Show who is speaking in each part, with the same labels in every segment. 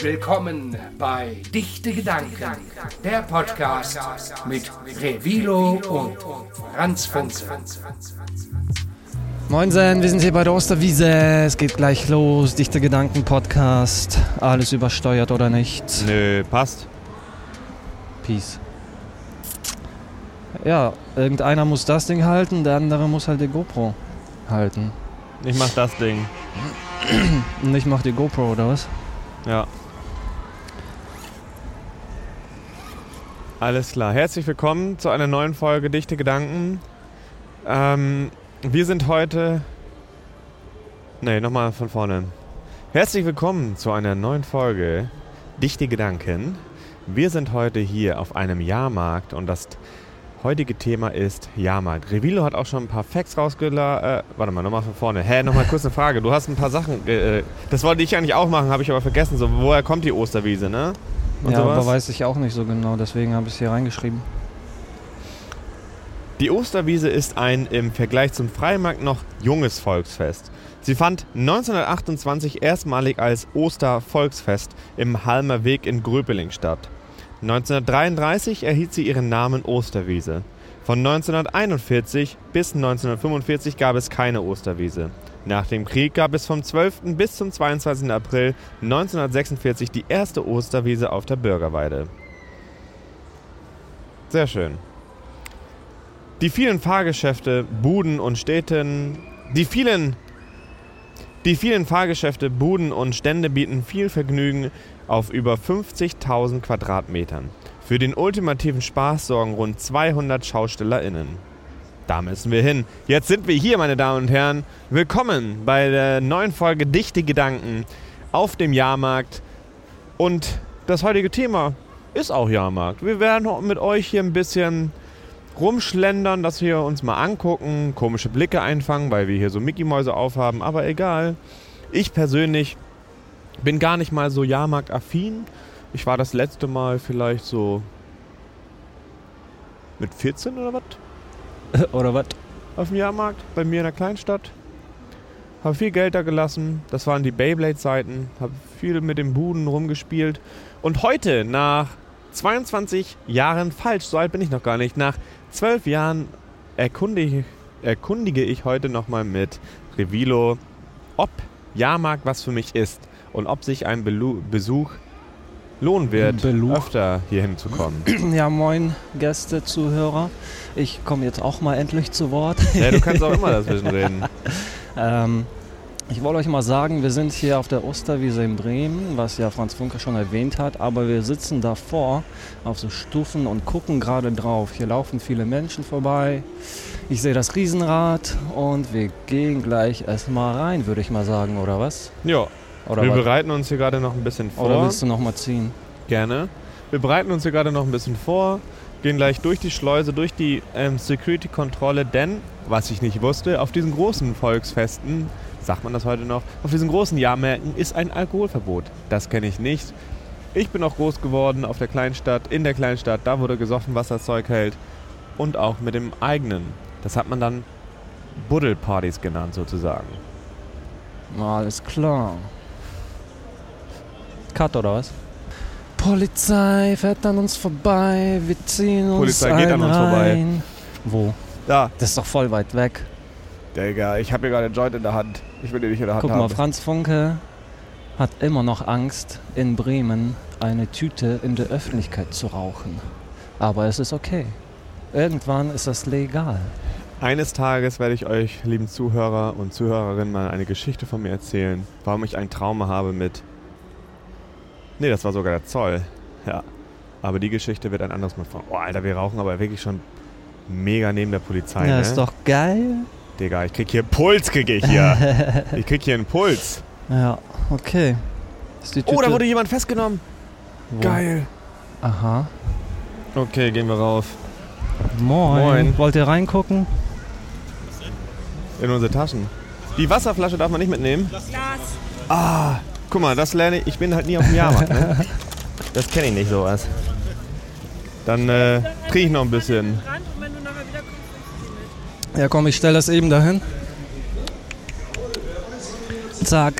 Speaker 1: Willkommen bei Dichte Gedanken, der Podcast mit Revilo und Franz Funke.
Speaker 2: Moinsen, wir sind hier bei der Osterwiese. Es geht gleich los. Dichter Gedanken Podcast. Alles übersteuert oder nicht.
Speaker 3: Nö, passt.
Speaker 2: Peace. Ja, irgendeiner muss das Ding halten, der andere muss halt die GoPro halten.
Speaker 3: Ich mach das Ding.
Speaker 2: Und ich mach die GoPro oder was?
Speaker 3: Ja. Alles klar. Herzlich willkommen zu einer neuen Folge Dichte Gedanken. Ähm, wir sind heute. Nee, nochmal von vorne. Herzlich willkommen zu einer neuen Folge Dichte Gedanken. Wir sind heute hier auf einem Jahrmarkt und das heutige Thema ist Jahrmarkt. Revilo hat auch schon ein paar Facts rausgela... Äh, warte mal, nochmal von vorne. Hä, nochmal kurz eine Frage. Du hast ein paar Sachen... Äh, äh, das wollte ich eigentlich auch machen, habe ich aber vergessen. So, woher kommt die Osterwiese, ne? Und
Speaker 2: ja,
Speaker 3: sowas?
Speaker 2: aber weiß ich auch nicht so genau, deswegen habe ich es hier reingeschrieben.
Speaker 3: Die Osterwiese ist ein im Vergleich zum Freimarkt noch junges Volksfest. Sie fand 1928 erstmalig als Ostervolksfest im Halmer Weg in Gröpeling statt. 1933 erhielt sie ihren Namen Osterwiese. Von 1941 bis 1945 gab es keine Osterwiese. Nach dem Krieg gab es vom 12. bis zum 22. April 1946 die erste Osterwiese auf der Bürgerweide. Sehr schön. Die vielen Fahrgeschäfte, Buden und Städten, die vielen, die vielen Fahrgeschäfte, Buden und Stände bieten viel Vergnügen auf über 50.000 Quadratmetern. Für den ultimativen Spaß sorgen rund 200 SchaustellerInnen. Da müssen wir hin. Jetzt sind wir hier, meine Damen und Herren. Willkommen bei der neuen Folge Dichte Gedanken auf dem Jahrmarkt. Und das heutige Thema ist auch Jahrmarkt. Wir werden mit euch hier ein bisschen rumschlendern, dass wir uns mal angucken, komische Blicke einfangen, weil wir hier so Mickey-Mäuse aufhaben, aber egal. Ich persönlich bin gar nicht mal so Jahrmarkt-affin. Ich war das letzte Mal vielleicht so mit 14 oder was
Speaker 2: oder was?
Speaker 3: auf dem Jahrmarkt, bei mir in der Kleinstadt. Habe viel Geld da gelassen. Das waren die Beyblade-Zeiten. Habe viel mit den Buden rumgespielt. Und heute, nach 22 Jahren, falsch, so alt bin ich noch gar nicht, nach 12 Jahren erkundige, erkundige ich heute nochmal mit Revilo, ob Jahrmarkt was für mich ist und ob sich ein Belu Besuch lohnen wird,
Speaker 2: Beluch.
Speaker 3: öfter hier hinzukommen.
Speaker 2: Ja, moin Gäste, Zuhörer. Ich komme jetzt auch mal endlich zu Wort.
Speaker 3: ja, du kannst auch immer dazwischen reden.
Speaker 2: Ähm, ich wollte euch mal sagen, wir sind hier auf der Osterwiese in Bremen, was ja Franz Funke schon erwähnt hat, aber wir sitzen davor auf so Stufen und gucken gerade drauf. Hier laufen viele Menschen vorbei. Ich sehe das Riesenrad und wir gehen gleich erstmal rein, würde ich mal sagen, oder was?
Speaker 3: Ja,
Speaker 2: Oder,
Speaker 3: wir
Speaker 2: was?
Speaker 3: bereiten uns hier gerade noch ein bisschen vor.
Speaker 2: oder willst du nochmal ziehen?
Speaker 3: Gerne. Wir bereiten uns hier gerade noch ein bisschen vor, gehen gleich durch die Schleuse, durch die ähm, Security-Kontrolle, denn, was ich nicht wusste, auf diesen großen Volksfesten, sagt man das heute noch, auf diesen großen Jahrmärkten ist ein Alkoholverbot. Das kenne ich nicht. Ich bin auch groß geworden auf der Kleinstadt, in der Kleinstadt, da wurde gesoffen, was das Zeug hält. Und auch mit dem eigenen. Das hat man dann Buddelpartys genannt sozusagen.
Speaker 2: Alles klar. Cut oder was? Polizei fährt an uns vorbei, wir ziehen uns
Speaker 3: Polizei geht
Speaker 2: einen
Speaker 3: an uns vorbei.
Speaker 2: rein. Wo?
Speaker 3: Da,
Speaker 2: Das ist doch voll weit weg.
Speaker 3: Digga, ich habe hier gerade einen Joint in der Hand. Ich will den nicht in der Hand
Speaker 2: Guck mal,
Speaker 3: haben.
Speaker 2: Franz Funke hat immer noch Angst, in Bremen eine Tüte in der Öffentlichkeit zu rauchen. Aber es ist okay. Irgendwann ist das legal.
Speaker 3: Eines Tages werde ich euch, lieben Zuhörer und Zuhörerinnen, mal eine Geschichte von mir erzählen, warum ich ein Trauma habe mit. Nee, das war sogar der Zoll. Ja. Aber die Geschichte wird ein anderes Mal von. Oh, Alter, wir rauchen aber wirklich schon mega neben der Polizei.
Speaker 2: ja,
Speaker 3: ne?
Speaker 2: ist doch geil.
Speaker 3: Digga, ich krieg hier Puls, krieg ich hier. ich krieg hier einen Puls.
Speaker 2: Ja, okay. Ist die Tüte
Speaker 3: Oh, da wurde jemand festgenommen.
Speaker 2: Wo?
Speaker 3: Geil.
Speaker 2: Aha.
Speaker 3: Okay, gehen wir rauf.
Speaker 2: Moin.
Speaker 3: Moin.
Speaker 2: Wollt ihr reingucken?
Speaker 3: In unsere Taschen. Die Wasserflasche darf man nicht mitnehmen. Das Glas. Ah, guck mal, das lerne ich. Ich bin halt nie auf dem Jahrmarkt. Ne? das kenne ich nicht sowas. Dann äh, trinke ich noch ein bisschen.
Speaker 4: Rand und wenn du nachher wieder kommst,
Speaker 2: Ja, komm, ich stell das eben dahin. Zack.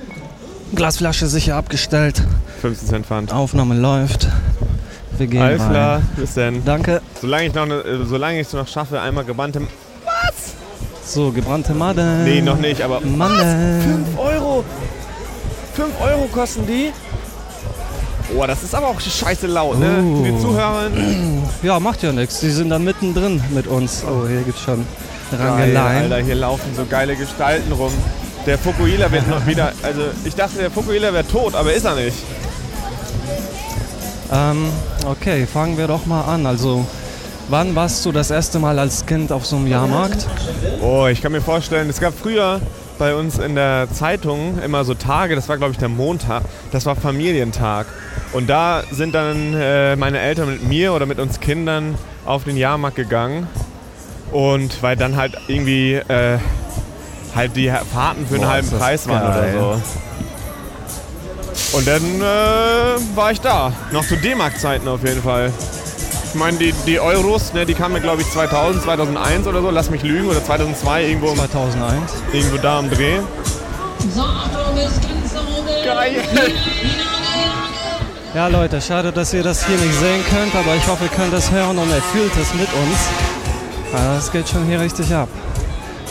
Speaker 2: Glasflasche sicher abgestellt.
Speaker 3: 15 Cent Pfand.
Speaker 2: Aufnahme läuft. Wir gehen
Speaker 3: Alles
Speaker 2: rein.
Speaker 3: klar, bis dann.
Speaker 2: Danke.
Speaker 3: Solange ich noch, ne, äh, solange ich es noch schaffe, einmal gebannte.
Speaker 2: So, gebrannte Mandeln.
Speaker 3: Nee, noch nicht, aber.
Speaker 2: Mandeln.
Speaker 3: 5 Euro! 5 Euro kosten die? Boah, das ist aber auch scheiße laut, ne?
Speaker 2: Uh.
Speaker 3: Für die Zuhörer.
Speaker 2: Ja, macht ja nichts. Die sind dann mittendrin mit uns. Oh, hier gibt's schon
Speaker 3: Geil, Alter,
Speaker 2: Rangeleien.
Speaker 3: hier laufen so geile Gestalten rum. Der Fukuhila wird noch wieder. Also, ich dachte, der Fukuhila wäre tot, aber ist er nicht.
Speaker 2: Ähm, okay, fangen wir doch mal an. Also, wann warst du das erste Mal als Kind auf so einem Jahrmarkt?
Speaker 3: Oh, ich kann mir vorstellen, es gab früher bei uns in der Zeitung immer so Tage, das war glaube ich der Montag, das war Familientag. Und da sind dann äh, meine Eltern mit mir oder mit uns Kindern auf den Jahrmarkt gegangen. Und weil dann halt irgendwie äh, halt die Fahrten für einen
Speaker 2: Boah,
Speaker 3: halben
Speaker 2: ist das
Speaker 3: Preis waren
Speaker 2: geil.
Speaker 3: oder so. Und dann äh, war ich da. Noch zu D-Mark-Zeiten auf jeden Fall. Ich meine, die, die Euros, ne, die kamen mir, glaube ich, 2000, 2001 oder so, lass mich lügen, oder 2002, irgendwo, im-
Speaker 2: 2001.
Speaker 3: irgendwo da am Dreh.
Speaker 5: So, Achtung, es ganz nach oben.
Speaker 3: Geil.
Speaker 2: Ja, Leute, schade, dass ihr das hier nicht sehen könnt, aber ich hoffe, ihr könnt das hören und ihr fühlt es mit uns. Ja, Das geht schon hier richtig ab.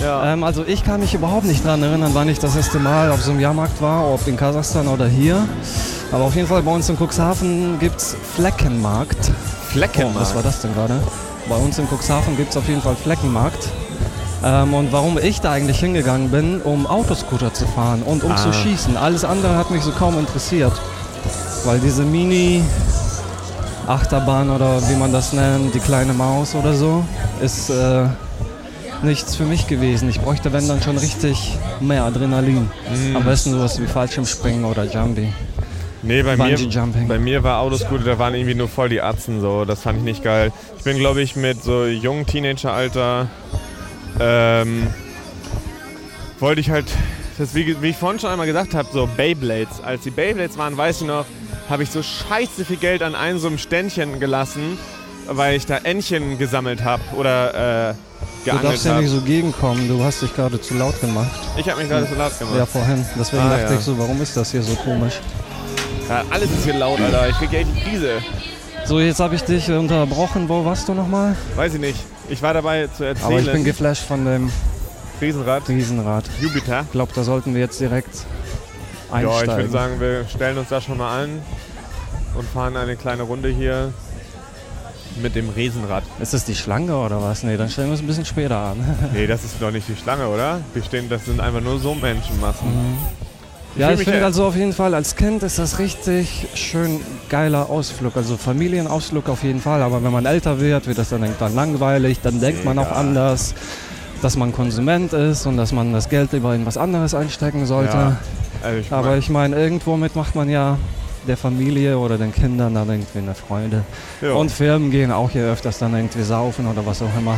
Speaker 3: Ja.
Speaker 2: Ähm, also ich kann mich überhaupt nicht dran erinnern, wann ich das erste Mal auf so einem Jahrmarkt war, ob in Kasachstan oder hier. Aber auf jeden Fall bei uns in Cuxhaven gibt es Fleckenmarkt. Oh, was war das denn gerade? Bei uns in Cuxhaven gibt es auf jeden Fall Fleckenmarkt. Ähm, und warum ich da eigentlich hingegangen bin, um Autoscooter zu fahren und um zu
Speaker 3: Ah.
Speaker 2: schießen. Alles andere hat mich so kaum interessiert. Weil diese Mini-Achterbahn oder wie man das nennt, die kleine Maus oder so, ist äh, nichts für mich gewesen. Ich bräuchte, wenn dann schon richtig mehr Adrenalin. Am besten sowas wie Fallschirmspringen oder Jumpy.
Speaker 3: Nee, bei mir,
Speaker 2: Bungee Jumping.
Speaker 3: bei mir war Autoscooter, da waren irgendwie nur voll die Atzen so. Das fand ich nicht geil. Ich bin, glaube ich, mit so jungen Teenageralter ähm, wollte ich halt, das, wie, ge- wie ich vorhin schon einmal gesagt habe, so Beyblades. Als die Beyblades waren, weiß ich noch, habe ich so scheiße viel Geld an einem so einem Ständchen gelassen, weil ich da Entchen gesammelt habe oder äh,
Speaker 2: Du
Speaker 3: geangelt
Speaker 2: darfst ja
Speaker 3: habe.
Speaker 2: nicht so gegenkommen, du hast dich gerade zu laut gemacht.
Speaker 3: ich habe mich gerade so laut gemacht.
Speaker 2: Ja, vorhin. Deswegen
Speaker 3: Ah,
Speaker 2: dachte
Speaker 3: ja.
Speaker 2: ich so, warum ist das hier so komisch?
Speaker 3: Ja, alles ist hier laut, Alter. Ich krieg ja echt die Krise.
Speaker 2: So, jetzt habe ich dich unterbrochen. Wo warst du nochmal?
Speaker 3: Weiß ich nicht. Ich war dabei zu erzählen.
Speaker 2: Aber ich bin geflasht von dem
Speaker 3: Riesenrad.
Speaker 2: Riesenrad.
Speaker 3: Jupiter.
Speaker 2: Ich glaube, da sollten wir jetzt direkt
Speaker 3: Ja, ich würde
Speaker 2: einsteigen.
Speaker 3: sagen, wir stellen uns da schon mal an und fahren eine kleine Runde hier mit dem Riesenrad.
Speaker 2: ist das die Schlange oder was? Nee, dann stellen wir es ein bisschen später an.
Speaker 3: Nee, das ist doch nicht die Schlange, oder? Wir stehen, das sind einfach nur so Menschenmassen.
Speaker 2: ja,
Speaker 3: fühl
Speaker 2: ich
Speaker 3: mich
Speaker 2: finde
Speaker 3: ja-
Speaker 2: also auf jeden Fall, als Kind ist das richtig schön geiler Ausflug. Also Familienausflug auf jeden Fall. Aber wenn man älter wird, wird das dann irgendwann langweilig. Dann denkt man auch anders, dass man Konsument ist und dass man das Geld über in was anderes einstecken sollte.
Speaker 3: Ja. Also ich
Speaker 2: Aber
Speaker 3: mein,
Speaker 2: ich meine, irgendwo mit macht man ja der Familie oder den Kindern dann irgendwie eine Freude.
Speaker 3: ja.
Speaker 2: Und Firmen gehen auch hier öfters dann irgendwie saufen oder was auch immer.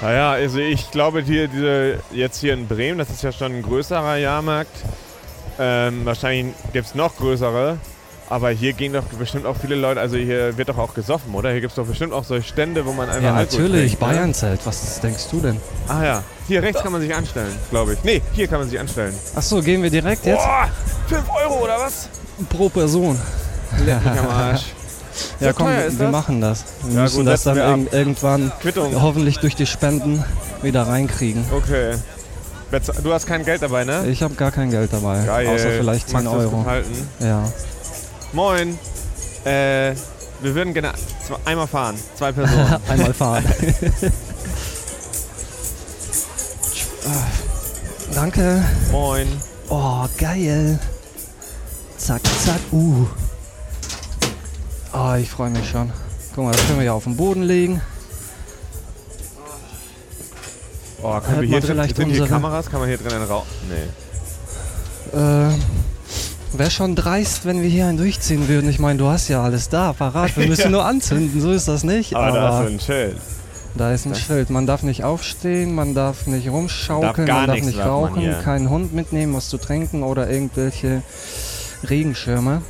Speaker 3: Naja, also ich glaube hier, diese, jetzt hier in Bremen, das ist ja schon ein größerer Jahrmarkt. Ähm, wahrscheinlich gibt es noch größere. Aber hier gehen doch bestimmt auch viele Leute, also hier wird doch auch gesoffen, oder? Hier gibt es doch bestimmt auch solche Stände, wo man einfach
Speaker 2: Ja,
Speaker 3: Alkohol
Speaker 2: natürlich,
Speaker 3: trinkt, ne?
Speaker 2: Bayernzelt. Was denkst du denn?
Speaker 3: Ah ja, hier rechts kann man sich anstellen, glaube ich. Nee, hier kann man sich anstellen.
Speaker 2: Achso, gehen wir direkt jetzt?
Speaker 3: Boah, 5 Euro oder was?
Speaker 2: Pro Person.
Speaker 3: Leck mich am Arsch.
Speaker 2: Ja,
Speaker 3: So
Speaker 2: komm,
Speaker 3: teuer
Speaker 2: wir,
Speaker 3: ist
Speaker 2: wir
Speaker 3: das?
Speaker 2: machen das. Wir
Speaker 3: Ja,
Speaker 2: müssen
Speaker 3: gut,
Speaker 2: das dann
Speaker 3: setzen wir
Speaker 2: irg irgendwann
Speaker 3: Quittung.
Speaker 2: hoffentlich durch die Spenden wieder reinkriegen.
Speaker 3: Okay. Betz- Du hast kein Geld dabei, ne?
Speaker 2: Ich habe gar kein Geld dabei,
Speaker 3: Geil.
Speaker 2: außer vielleicht 10
Speaker 3: Magst du das
Speaker 2: Euro.
Speaker 3: behalten?
Speaker 2: Ja.
Speaker 3: Moin. Äh, wir würden gerne zwei- einmal fahren. Zwei Personen.
Speaker 2: Einmal fahren. Ah, Danke.
Speaker 3: Moin.
Speaker 2: Oh, geil. Zack, zack. Uh. Ah, ich freue mich schon. Guck mal, das können wir ja auf den Boden legen.
Speaker 3: Oh,
Speaker 2: Hört
Speaker 3: können wir hier
Speaker 2: man
Speaker 3: drin,
Speaker 2: vielleicht
Speaker 3: sind hier
Speaker 2: unsere-
Speaker 3: Kameras? Kann man hier drin einen Raum? Nee.
Speaker 2: Äh, Wäre schon dreist, wenn wir hier einen durchziehen würden. Ich meine, du hast ja alles da, parat. Wir müssen nur anzünden, so ist das nicht.
Speaker 3: Aber,
Speaker 2: Aber
Speaker 3: da ist so ein Schild.
Speaker 2: da ist ein Schild. Man darf nicht aufstehen, man darf nicht rumschaukeln,
Speaker 3: Darf gar
Speaker 2: man darf
Speaker 3: nichts
Speaker 2: nicht
Speaker 3: darf man
Speaker 2: rauchen,
Speaker 3: hier.
Speaker 2: keinen Hund mitnehmen, was zu trinken oder irgendwelche Regenschirme.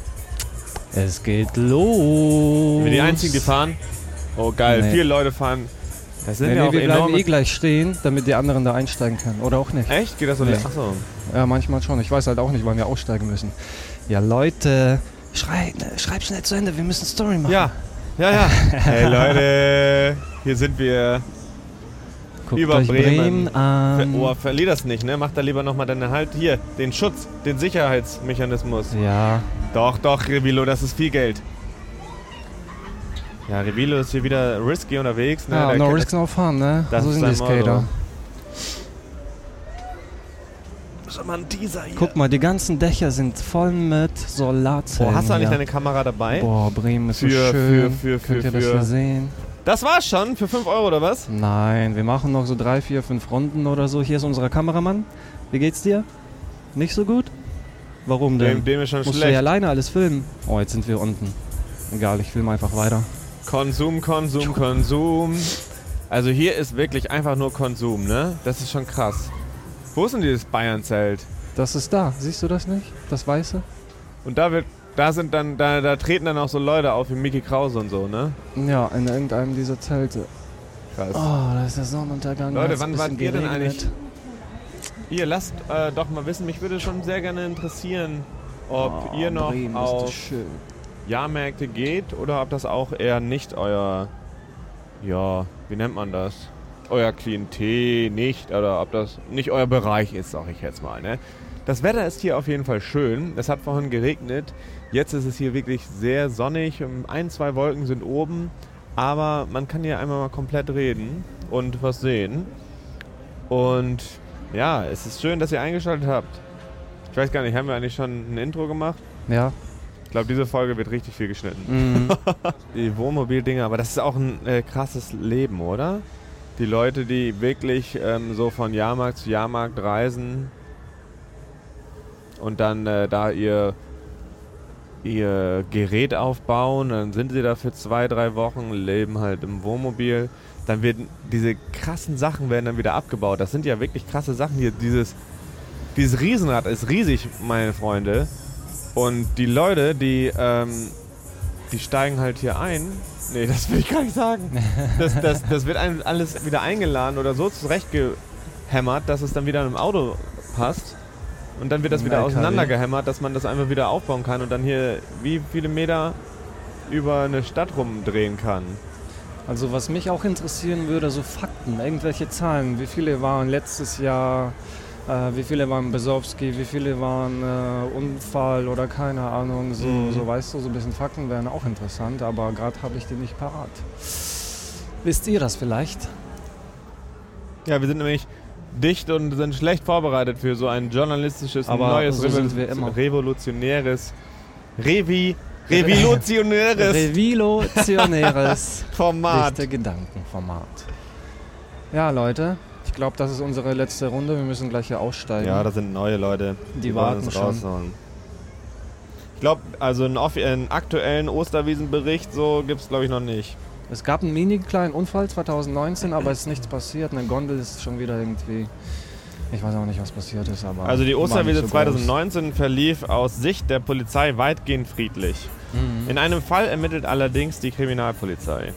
Speaker 2: Es geht los.
Speaker 3: Sind wir die Einzigen, die fahren? Oh, geil.
Speaker 2: Nee.
Speaker 3: Vier Leute fahren. Das
Speaker 2: Nee,
Speaker 3: sind ja
Speaker 2: nee,
Speaker 3: auch
Speaker 2: wir bleiben eh
Speaker 3: enorme...
Speaker 2: gleich stehen, damit die anderen da einsteigen können. Oder auch nicht.
Speaker 3: Echt? Geht das so
Speaker 2: Nee.
Speaker 3: nee. Achso.
Speaker 2: Ja, manchmal schon. Ich weiß halt auch nicht, wann wir aussteigen müssen. Ja, Leute, schrei, schreib schnell zu Ende. Wir müssen Story machen.
Speaker 3: Ja, ja, ja. hey Leute, hier sind wir.
Speaker 2: Guckt
Speaker 3: über
Speaker 2: euch
Speaker 3: Bremen.
Speaker 2: Bremen an.
Speaker 3: Oh, verlier das nicht, ne? Mach da lieber nochmal deine Halt. Hier, den Schutz, den Sicherheitsmechanismus.
Speaker 2: Ja,
Speaker 3: Doch, doch, Revilo, das ist viel Geld. Ja, Revilo ist hier wieder risky unterwegs. Ne?
Speaker 2: ja
Speaker 3: Der
Speaker 2: no
Speaker 3: kennt-
Speaker 2: risk, no fun, ne?
Speaker 3: Das
Speaker 2: so
Speaker 3: ist
Speaker 2: sind
Speaker 3: sein
Speaker 2: die Skater.
Speaker 3: Motto. Schau mal, dieser hier.
Speaker 2: Guck mal, die ganzen Dächer sind voll mit Solarzellen.
Speaker 3: Boah, hast du eigentlich
Speaker 2: hier.
Speaker 3: deine Kamera dabei?
Speaker 2: Boah, Bremen ist so
Speaker 3: Für-
Speaker 2: schön.
Speaker 3: für- für- für-
Speaker 2: Könnt ihr das
Speaker 3: für-
Speaker 2: hier sehen?
Speaker 3: Das war's schon, für 5 Euro oder was?
Speaker 2: Nein, wir machen noch so drei, vier, fünf Runden oder so. Hier ist unser Kameramann. Wie geht's dir? Nicht so gut? Warum denn?
Speaker 3: Dem, dem ist schon
Speaker 2: Musst du ja
Speaker 3: schlecht.
Speaker 2: alleine alles filmen. Oh, jetzt sind wir unten. Egal, ich filme einfach weiter.
Speaker 3: Konsum, Konsum, Konsum. Also hier ist wirklich einfach nur Konsum, ne? Das ist schon krass. Wo ist denn dieses Bayern-Zelt?
Speaker 2: Das ist da. Siehst du das nicht? Das Weiße?
Speaker 3: Und da wird, da sind dann, da, da treten dann auch so Leute auf wie Mickey Krause und so, ne?
Speaker 2: Ja, in irgendeinem dieser Zelte.
Speaker 3: Krass.
Speaker 2: Oh, da ist der Sonnenuntergang.
Speaker 3: Leute,
Speaker 2: hat's ein
Speaker 3: wann
Speaker 2: bisschen
Speaker 3: wart ihr denn
Speaker 2: geregnet.
Speaker 3: eigentlich- Ihr lasst äh, doch mal wissen, mich würde schon sehr gerne interessieren, ob
Speaker 2: Oh,
Speaker 3: ihr noch
Speaker 2: Bremen ist das
Speaker 3: auf
Speaker 2: schön.
Speaker 3: Jahrmärkte geht oder ob das auch eher nicht euer, ja, wie nennt man das? Euer Klientel nicht oder ob das nicht euer Bereich ist, sag ich jetzt mal, ne? Das Wetter ist hier auf jeden Fall schön. Es hat vorhin geregnet. Jetzt ist es hier wirklich sehr sonnig. Um Ein, zwei Wolken sind oben. Aber man kann hier einmal mal komplett reden und was sehen. Und ja, es ist schön, dass ihr eingeschaltet habt. Ich weiß gar nicht, haben wir eigentlich schon ein Intro gemacht?
Speaker 2: Ja.
Speaker 3: Ich glaube, diese Folge wird richtig viel geschnitten.
Speaker 2: Mhm.
Speaker 3: Die Wohnmobil-Dinge, aber das ist auch ein äh, krasses Leben, oder? Die Leute, die wirklich ähm, so von Jahrmarkt zu Jahrmarkt reisen und dann äh, da ihr, ihr Gerät aufbauen, dann sind sie da für zwei, drei Wochen, leben halt im Wohnmobil. Dann werden diese krassen Sachen werden dann wieder abgebaut. Das sind ja wirklich krasse Sachen hier. Dieses, dieses Riesenrad ist riesig, meine Freunde. Und die Leute, die ähm, die steigen halt hier ein. Nee, das will ich gar nicht sagen. Das, das, das wird einem alles wieder eingeladen oder so zurechtgehämmert, dass es dann wieder in einem Auto passt. Und dann wird das
Speaker 2: Im
Speaker 3: wieder
Speaker 2: LKW.
Speaker 3: auseinandergehämmert, dass man das einfach wieder aufbauen kann und dann hier wie viele Meter über eine Stadt rumdrehen kann.
Speaker 2: Also was mich auch interessieren würde, so Fakten, irgendwelche Zahlen. Wie viele waren letztes Jahr, äh, wie viele waren Besowski, wie viele waren äh, Unfall oder keine Ahnung. So,
Speaker 3: Mhm.
Speaker 2: so weißt du, so ein bisschen Fakten wären auch interessant, aber gerade habe ich die nicht parat. Wisst ihr das vielleicht?
Speaker 3: Ja, wir sind nämlich dicht und sind schlecht vorbereitet für so ein journalistisches,
Speaker 2: Aber
Speaker 3: neues,
Speaker 2: so sind wir immer.
Speaker 3: revolutionäres, Revi, revolutionäres
Speaker 2: Revilotionäres
Speaker 3: Format.
Speaker 2: dichte Gedankenformat. Ja, Leute, ich glaube, das ist unsere letzte Runde. Wir müssen gleich hier aussteigen.
Speaker 3: Ja, das sind neue Leute.
Speaker 2: Die
Speaker 3: wollen
Speaker 2: warten
Speaker 3: uns
Speaker 2: schon.
Speaker 3: raushauen. Ich glaube, also einen, offi- einen aktuellen Osterwiesenbericht so gibt es, glaube ich, noch nicht.
Speaker 2: Es gab einen mini kleinen Unfall 2019, aber es ist nichts passiert. Eine Gondel ist schon wieder irgendwie. Ich weiß auch nicht, was passiert ist, aber.
Speaker 3: Also die
Speaker 2: war nicht
Speaker 3: Osterwiese
Speaker 2: so groß.
Speaker 3: 2019 verlief aus Sicht der Polizei weitgehend friedlich.
Speaker 2: Mhm.
Speaker 3: In einem Fall ermittelt allerdings die Kriminalpolizei.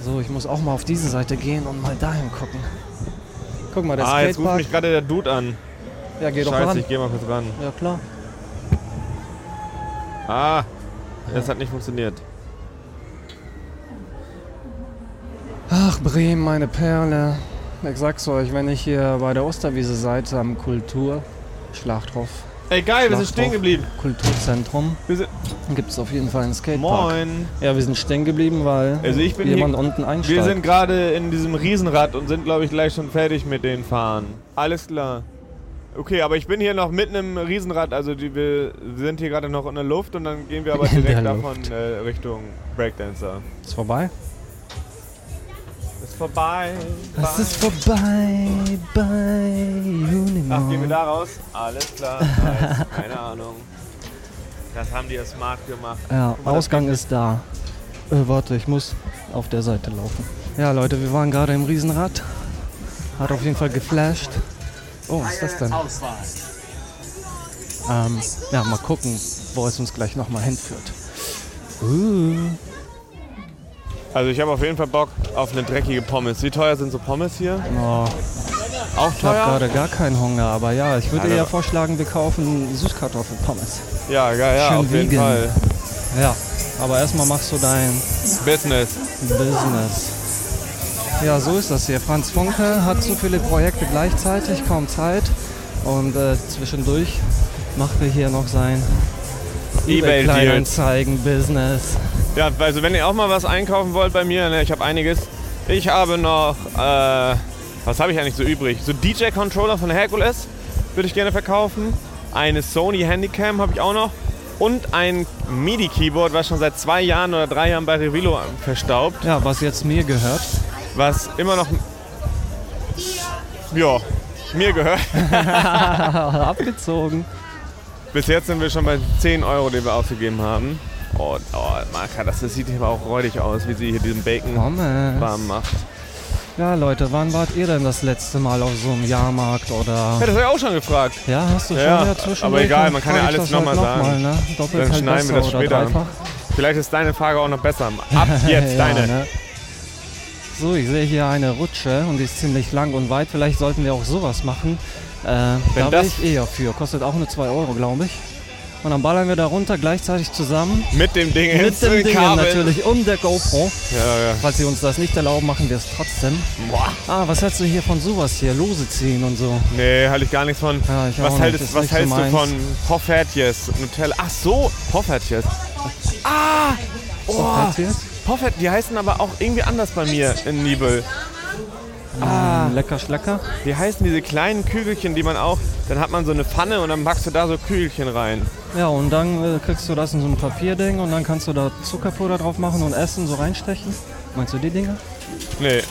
Speaker 2: So, ich muss auch mal auf diese Seite gehen und mal dahin gucken. Guck mal, der
Speaker 3: ah, jetzt ruft
Speaker 2: Skatepark.
Speaker 3: mich gerade der Dude an.
Speaker 2: ja, geh doch
Speaker 3: Scheiße,
Speaker 2: ran.
Speaker 3: ich geh mal kurz ran.
Speaker 2: Ja, klar.
Speaker 3: Ah, das hat nicht funktioniert.
Speaker 2: Ach, Bremen, meine Perle. Ich sag's euch, wenn ich hier bei der Osterwiese seid, am Kulturschlachthof,
Speaker 3: Ey, geil, wir sind
Speaker 2: Schlachthof.
Speaker 3: stehen geblieben.
Speaker 2: Kulturzentrum,
Speaker 3: Wir sind,
Speaker 2: gibt's auf jeden Fall einen Skatepark.
Speaker 3: moin.
Speaker 2: Ja, wir sind stehen geblieben, weil
Speaker 3: Also ich bin
Speaker 2: jemand
Speaker 3: hier-
Speaker 2: unten einsteigt.
Speaker 3: Wir sind gerade in diesem Riesenrad und sind, glaube ich, gleich schon fertig mit den Fahren. Alles klar. Okay, aber ich bin hier noch mitten im Riesenrad, also die, wir sind hier gerade noch in der Luft und dann gehen wir aber
Speaker 2: In
Speaker 3: direkt
Speaker 2: der
Speaker 3: davon äh, Richtung Breakdancer.
Speaker 2: ist vorbei.
Speaker 3: Ist vorbei.
Speaker 2: Es ist vorbei bei
Speaker 3: Ach, gehen wir
Speaker 2: Unimog.
Speaker 3: da raus? Alles klar. Nice. Keine Ahnung. Das haben die ja smart gemacht.
Speaker 2: Ja,
Speaker 3: Guck mal, das
Speaker 2: Ausgang
Speaker 3: geht
Speaker 2: ist da. Äh, warte, ich muss auf der Seite laufen. Ja, Leute, wir waren gerade im Riesenrad. Hat auf jeden Fall geflasht. Oh, was ist das denn? Ähm, ja, mal gucken, wo es uns gleich nochmal hinführt. Uh.
Speaker 3: Also ich habe auf jeden Fall Bock auf eine dreckige Pommes. Wie teuer sind so Pommes hier?
Speaker 2: Oh,
Speaker 3: Auch
Speaker 2: ich habe
Speaker 3: teuer?
Speaker 2: gerade gar keinen Hunger, aber ja, ich würde
Speaker 3: Ja,
Speaker 2: ja
Speaker 3: da-
Speaker 2: vorschlagen, wir kaufen Süßkartoffelpommes.
Speaker 3: Ja, geil, ja,
Speaker 2: Schön
Speaker 3: auf jeden
Speaker 2: vegan.
Speaker 3: Fall.
Speaker 2: Ja, aber erstmal machst du dein
Speaker 3: Business.
Speaker 2: Business. Ja, so ist das hier. Franz Funke hat zu viele Projekte gleichzeitig, kaum Zeit. Und äh, zwischendurch macht er hier noch sein
Speaker 3: Ebay-Deals.
Speaker 2: Kleinanzeigen-Business.
Speaker 3: Ja, also wenn ihr auch mal was einkaufen wollt bei mir, ne, ich habe einiges. Ich habe noch, äh, was habe ich eigentlich so übrig? So DJ-Controller von Hercules würde ich gerne verkaufen. Eine Sony Handycam habe ich auch noch. Und ein MIDI-Keyboard, was schon seit zwei Jahren oder drei Jahren bei Revilo verstaubt.
Speaker 2: Ja, was jetzt mir gehört.
Speaker 3: was immer noch. Ja, mir gehört.
Speaker 2: Abgezogen.
Speaker 3: Bis jetzt sind wir schon bei 10 Euro, die wir ausgegeben haben. Oh, oh Marka, das sieht hier aber auch räudig aus, wie sie hier diesen Bacon
Speaker 2: Pommes.
Speaker 3: warm macht.
Speaker 2: Ja, Leute, wann wart ihr denn das letzte Mal auf so einem Jahrmarkt oder...
Speaker 3: Ja, das habe ich auch schon gefragt.
Speaker 2: Ja, hast du schon
Speaker 3: Ja,
Speaker 2: wieder zwischendurch?
Speaker 3: aber egal,
Speaker 2: dann
Speaker 3: man kann ja
Speaker 2: frag ich
Speaker 3: alles
Speaker 2: das
Speaker 3: noch
Speaker 2: halt
Speaker 3: mal sagen.
Speaker 2: noch mal, ne? Doppelt
Speaker 3: Dann
Speaker 2: halt
Speaker 3: schneiden wir
Speaker 2: besser
Speaker 3: das
Speaker 2: oder
Speaker 3: später.
Speaker 2: dreifach.
Speaker 3: Vielleicht ist deine Frage auch noch besser. Ab jetzt,
Speaker 2: Ja,
Speaker 3: deine.
Speaker 2: ne? So, ich sehe hier eine Rutsche und die ist ziemlich lang und weit. Vielleicht sollten wir auch sowas machen. Äh, da bin
Speaker 3: das-
Speaker 2: ich eher für. Kostet auch nur 2 Euro, glaube ich. Und dann ballern wir da runter gleichzeitig zusammen.
Speaker 3: Mit dem Ding
Speaker 2: Mit
Speaker 3: ins
Speaker 2: dem Ding
Speaker 3: Kabel.
Speaker 2: natürlich und der GoPro.
Speaker 3: Ja, ja.
Speaker 2: Falls sie uns das nicht erlauben, machen wir es trotzdem.
Speaker 3: Boah.
Speaker 2: Ah, was hältst du hier von sowas hier? Lose ziehen und so.
Speaker 3: Nee, halte ich gar nichts von.
Speaker 2: Ja, ich auch
Speaker 3: was
Speaker 2: nicht.
Speaker 3: hältst,
Speaker 2: Ist
Speaker 3: was
Speaker 2: nicht so
Speaker 3: hältst du
Speaker 2: meins.
Speaker 3: von Poffertjes? Nutella. Ach so, Poffertjes. Ah! Oh,
Speaker 2: Was jetzt?
Speaker 3: Poffert, die heißen aber auch irgendwie anders bei mir in Nibel.
Speaker 2: Ah. Lecker Schlecker.
Speaker 3: Wie heißen diese kleinen Kügelchen, die man auch, dann hat man so eine Pfanne und dann packst du da so Kügelchen rein.
Speaker 2: Ja, und dann äh, kriegst du das in so ein Papierding und dann kannst du da Zuckerpuder drauf machen und essen, so reinstechen. Meinst du die Dinger?
Speaker 3: Nee.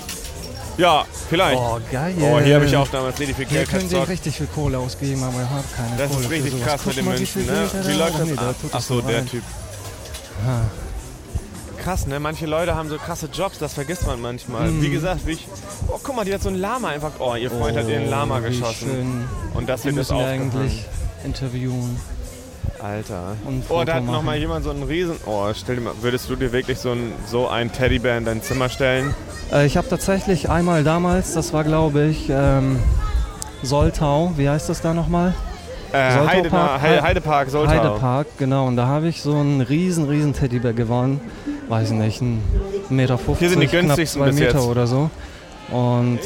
Speaker 3: Ja, vielleicht. Oh,
Speaker 2: Oh, geil.
Speaker 3: hier habe ich auch damals richtig viel
Speaker 2: Wir
Speaker 3: Geld
Speaker 2: können Oh, denen
Speaker 3: gezockt.
Speaker 2: richtig viel Kohle ausgeben, aber wir haben keine
Speaker 3: Das
Speaker 2: Kohle.
Speaker 3: ist
Speaker 2: für
Speaker 3: richtig
Speaker 2: sowas.
Speaker 3: krass
Speaker 2: Guck
Speaker 3: mit den
Speaker 2: mal, wie viel
Speaker 3: Münzen,
Speaker 2: Geld
Speaker 3: ne?
Speaker 2: er da-
Speaker 3: Wie läuft
Speaker 2: Ach nee,
Speaker 3: das
Speaker 2: da
Speaker 3: ab?
Speaker 2: tut
Speaker 3: Ach
Speaker 2: das
Speaker 3: so,
Speaker 2: so
Speaker 3: der
Speaker 2: rein.
Speaker 3: Typ. Krass, ne? Manche Leute haben so krasse Jobs, das vergisst man manchmal.
Speaker 2: Hm.
Speaker 3: Wie gesagt, wie ich. Oh, guck mal, die hat so einen Lama einfach. Oh, ihr Freund hat ihr einen Lama
Speaker 2: Oh, wie
Speaker 3: geschossen.
Speaker 2: Schön.
Speaker 3: Und das
Speaker 2: Wir
Speaker 3: wird jetzt
Speaker 2: müssen eigentlich
Speaker 3: aufgehangen.
Speaker 2: interviewen.
Speaker 3: Alter.
Speaker 2: Und ein
Speaker 3: Oh,
Speaker 2: Foto
Speaker 3: da hat
Speaker 2: machen.
Speaker 3: nochmal jemand so einen riesen... Oh, stell dir mal, würdest du dir wirklich so einen, so einen Teddybär in dein Zimmer stellen?
Speaker 2: Äh, ich habe tatsächlich einmal damals, das war glaube ich ähm, Soltau, wie heißt das da nochmal?
Speaker 3: Äh,
Speaker 2: Soltau
Speaker 3: Heidepark,
Speaker 2: Park?
Speaker 3: Heide, Heidepark, Soltau.
Speaker 2: Heidepark, genau. Und da habe ich so einen riesen, riesen Teddybär gewonnen. Weiß ich nicht, ein Meter 50,
Speaker 3: Hier sind die
Speaker 2: knapp
Speaker 3: günstigsten
Speaker 2: zwei
Speaker 3: bis
Speaker 2: Meter
Speaker 3: jetzt.
Speaker 2: oder so. Und